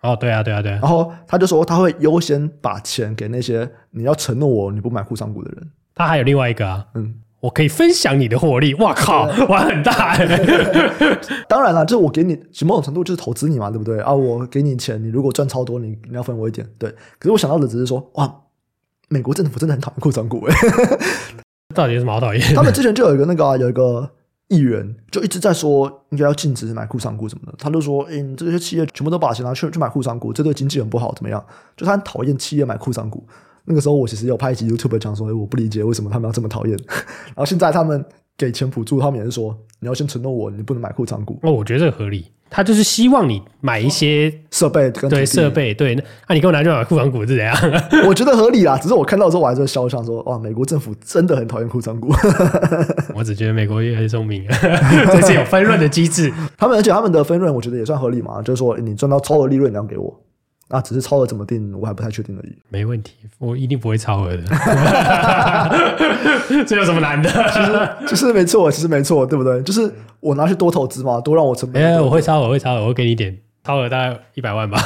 [SPEAKER 2] 哦，对啊对啊对啊，
[SPEAKER 1] 然后他就说他会优先把钱给那些你要承诺我你不买库藏股的人，
[SPEAKER 2] 他还有另外一个啊，
[SPEAKER 1] 嗯。
[SPEAKER 2] 我可以分享你的获利，哇靠，玩很大、欸
[SPEAKER 1] 当然了，就是我给你某种程度就是投资你嘛，对不对啊？我给你钱，你如果赚超多，你你要分我一点，对。可是我想到的只是说，哇，美国政府真的很讨厌库存股、 欸，
[SPEAKER 2] 到底有什么好讨厌？
[SPEAKER 1] 他们之前就有一个那个啊、有一个议员就一直在说应该要禁止买库存股什么的，他就说，哎、你这些企业全部都把钱拿去去买库存股，这对经济很不好，怎么样？就他很讨厌企业买库存股。那个时候我其实有拍一集 YouTube 讲说，哎、我不理解为什么他们要这么讨厌。 然后现在他们给钱补助，他们也是说，你要先承诺我，你不能买库存股、
[SPEAKER 2] 哦，我觉得这个合理，他就是希望你买一些、
[SPEAKER 1] 设备跟
[SPEAKER 2] 对
[SPEAKER 1] 土地
[SPEAKER 2] 设备，对，那、啊、你给我拿去买库房股是怎样？
[SPEAKER 1] 我觉得合理啦，只是我看到之后我还是会笑，想说哇，美国政府真的很讨厌库存股，
[SPEAKER 2] 我只觉得美国越来越聪明了， 这是有分润的机制。
[SPEAKER 1] 他们而且他们的分润我觉得也算合理嘛，就是说你赚到超额利润你要给我，那只是超额怎么定我还不太确定 而已。
[SPEAKER 2] 没问题，我一定不会超额的。 这有什么难的？
[SPEAKER 1] 就是没错，其实没错，对不对？就是我拿去多投资嘛，多让我成
[SPEAKER 2] 哎、
[SPEAKER 1] 本。
[SPEAKER 2] 我会超额，我会超额，我会给你一点，超额大概一百万 吧，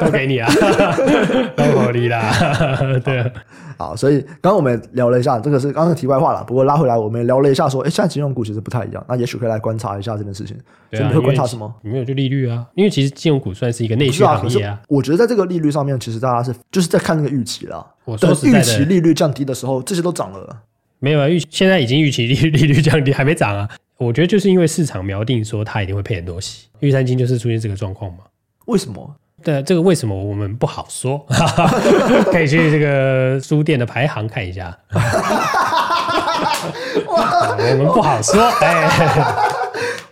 [SPEAKER 2] 都给 你啊，都合理啦。对啊，
[SPEAKER 1] 好，所以刚刚我们也聊了一下，这个是刚刚的题外话啦。不过拉回来，我们也聊了一下说，哎，现在金融股其实不太一样，那也许可以来观察一下这件事情。
[SPEAKER 2] 对
[SPEAKER 1] 所以
[SPEAKER 2] 啊
[SPEAKER 1] 你会观察什么？？
[SPEAKER 2] 因为没有就利率啊，因为其实金融股算是一个内
[SPEAKER 1] 不
[SPEAKER 2] 需
[SPEAKER 1] 是啊，
[SPEAKER 2] 行
[SPEAKER 1] 可
[SPEAKER 2] 业
[SPEAKER 1] 是
[SPEAKER 2] 啊。
[SPEAKER 1] 我觉得在这个利率上面，其实大家是就是在看那个预期啦。
[SPEAKER 2] 我说
[SPEAKER 1] 等
[SPEAKER 2] 实在
[SPEAKER 1] 预
[SPEAKER 2] 的
[SPEAKER 1] 期利率降低的时候，这些都涨了。
[SPEAKER 2] 没有啊，预现在已经预期利 率利率降低，还没涨啊。我觉得就是因为市场锚定说它一定会配很多息，预算金就是出现这个状况嘛。
[SPEAKER 1] 为什么？
[SPEAKER 2] 对，这个为什么我们不好说？ 可以去这个书店的排行看 一下。我们不好说，哎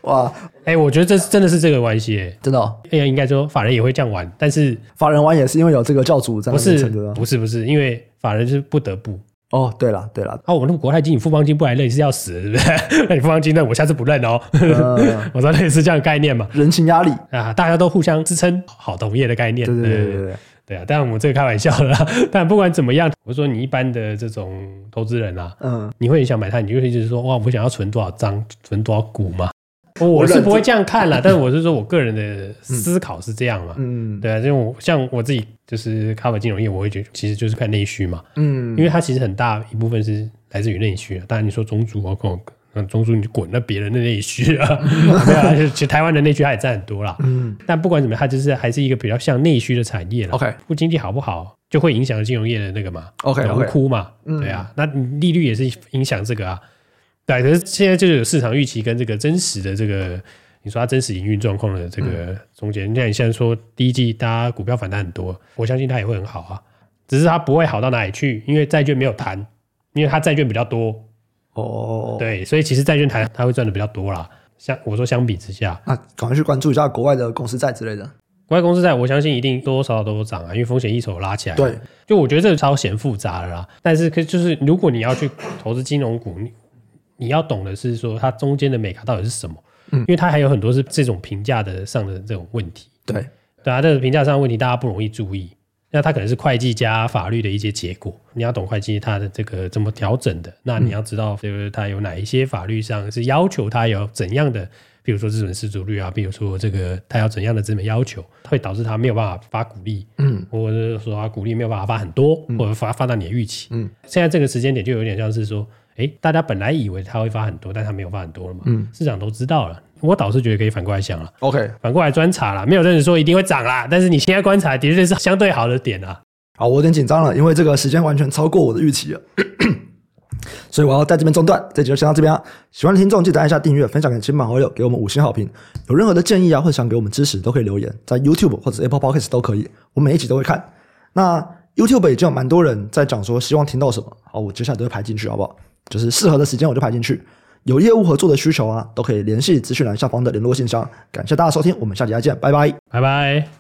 [SPEAKER 1] 哇，
[SPEAKER 2] 哎，我觉得这是真的是这个关系、
[SPEAKER 1] 真的、哦，
[SPEAKER 2] 哎，哎，应该说法人也会这样玩，但是
[SPEAKER 1] 法人玩也是因为有这啊个教主在
[SPEAKER 2] 不
[SPEAKER 1] 那边
[SPEAKER 2] 是
[SPEAKER 1] 撑着呢。
[SPEAKER 2] 不是不是，因为法人是不得不。，
[SPEAKER 1] 哦，对了对了
[SPEAKER 2] 啊，我那个国泰金，你富邦金不来认是要死 的，是不是？那你富邦金认，我下次不认哦。
[SPEAKER 1] 呃，
[SPEAKER 2] 我说类似这样的概念嘛，
[SPEAKER 1] 人情压力，
[SPEAKER 2] 啊，大家都互相支撑，好同业的概念。
[SPEAKER 1] 对对对对对对，
[SPEAKER 2] 对啊，当然我们这个开玩笑的啦。 但不管怎么样，我说你一般的这种投资人啊，
[SPEAKER 1] 嗯，
[SPEAKER 2] 你会很想买它，你就会一直说哇，我想要存多少张，存多少股嘛。哦
[SPEAKER 1] 我
[SPEAKER 2] 我是
[SPEAKER 1] 认
[SPEAKER 2] 不会这样 看啦，但是我是说我个人的思考是这样嘛。
[SPEAKER 1] 嗯
[SPEAKER 2] 对啊，因为我像我自己就是 cover 金融业，我会觉得其实就是看内需嘛，
[SPEAKER 1] 嗯
[SPEAKER 2] 因为它其实很大一部分是来自于内需啊。当然你说中租哦，跟我那中租你就滚，那别人的内需啊， 没有啊，其实台湾的内需它也占很多啦。
[SPEAKER 1] 嗯
[SPEAKER 2] 但不管怎么样，它就是还是一个比较像内需的产业了。
[SPEAKER 1] OK
[SPEAKER 2] 不经济好不好，就会影响金融业的那个嘛
[SPEAKER 1] OK，
[SPEAKER 2] 荣
[SPEAKER 1] OK
[SPEAKER 2] 枯嘛，
[SPEAKER 1] 嗯
[SPEAKER 2] 对啊，那你利率也是影响这个啊。对，可是现在就有市场预期跟这个真实的这个，你说它真实营运状况的这
[SPEAKER 1] 嗯
[SPEAKER 2] 个中间，像你现在说第一季大家股票反弹很多，我相信它也会很好啊，只是它不会好到哪里去，因为债券没有谈，因为它债券比较多，
[SPEAKER 1] 哦，
[SPEAKER 2] 对，所以其实债券台它会赚的比较多啦。相我说相比之下，
[SPEAKER 1] 那赶快去关注一下国外的公司债之类的。
[SPEAKER 2] 国外公司债我相信一定多多少少都有涨啊，因为风险一手拉起来。
[SPEAKER 1] 对，
[SPEAKER 2] 就我觉得这个超嫌复杂的啦。但是可就是如果你要去投资金融股，你你要懂的是说它中间的美卡到底是什么，
[SPEAKER 1] 嗯
[SPEAKER 2] 因为它还有很多是这种评价的上的这种问题。
[SPEAKER 1] 对，
[SPEAKER 2] 对啊，这个评价上的问题大家不容易注意。那它可能是会计加法律的一些结果，你要懂会计它的这个怎么调整的，那你要
[SPEAKER 1] 嗯
[SPEAKER 2] 知道就是它有哪一些法律上是要求它有怎样的，比如说资本失足率啊，比如说这个它有怎样的资本要求，会导致它没有办法发股利，
[SPEAKER 1] 嗯，
[SPEAKER 2] 或者是说它股利没有办法发很多，或者发发到你的预期。
[SPEAKER 1] 嗯，
[SPEAKER 2] 现在这个时间点就有点像是说，诶，大家本来以为它会发很多，但它没有发很多了嘛，
[SPEAKER 1] 嗯，
[SPEAKER 2] 市场都知道了。我倒是觉得可以反过来想了。
[SPEAKER 1] OK，
[SPEAKER 2] 反过来观察啦，没有认识说一定会涨啦，但是你现在观察的确是相对好的点啊。
[SPEAKER 1] 好，我有点紧张了，因为这个时间完全超过我的预期了， 所以我要在这边中断，这集就先到这边、啊。喜欢的听众记得按下订阅、分享给亲朋好友，给我们五星好评。有任何的建议啊，或者想给我们支持，都可以留言，在 YouTube 或者是 Apple Podcast 都可以，我每一集都会看。那 YouTube 已经有蛮多人在讲说希望听到什么，好，我接下来都会排进去，好不好？就是适合的时间我就排进去。有业务合作的需求啊，都可以联系资讯栏下方的联络信箱。感谢大家收听，我们下集再见，拜拜。
[SPEAKER 2] 拜拜。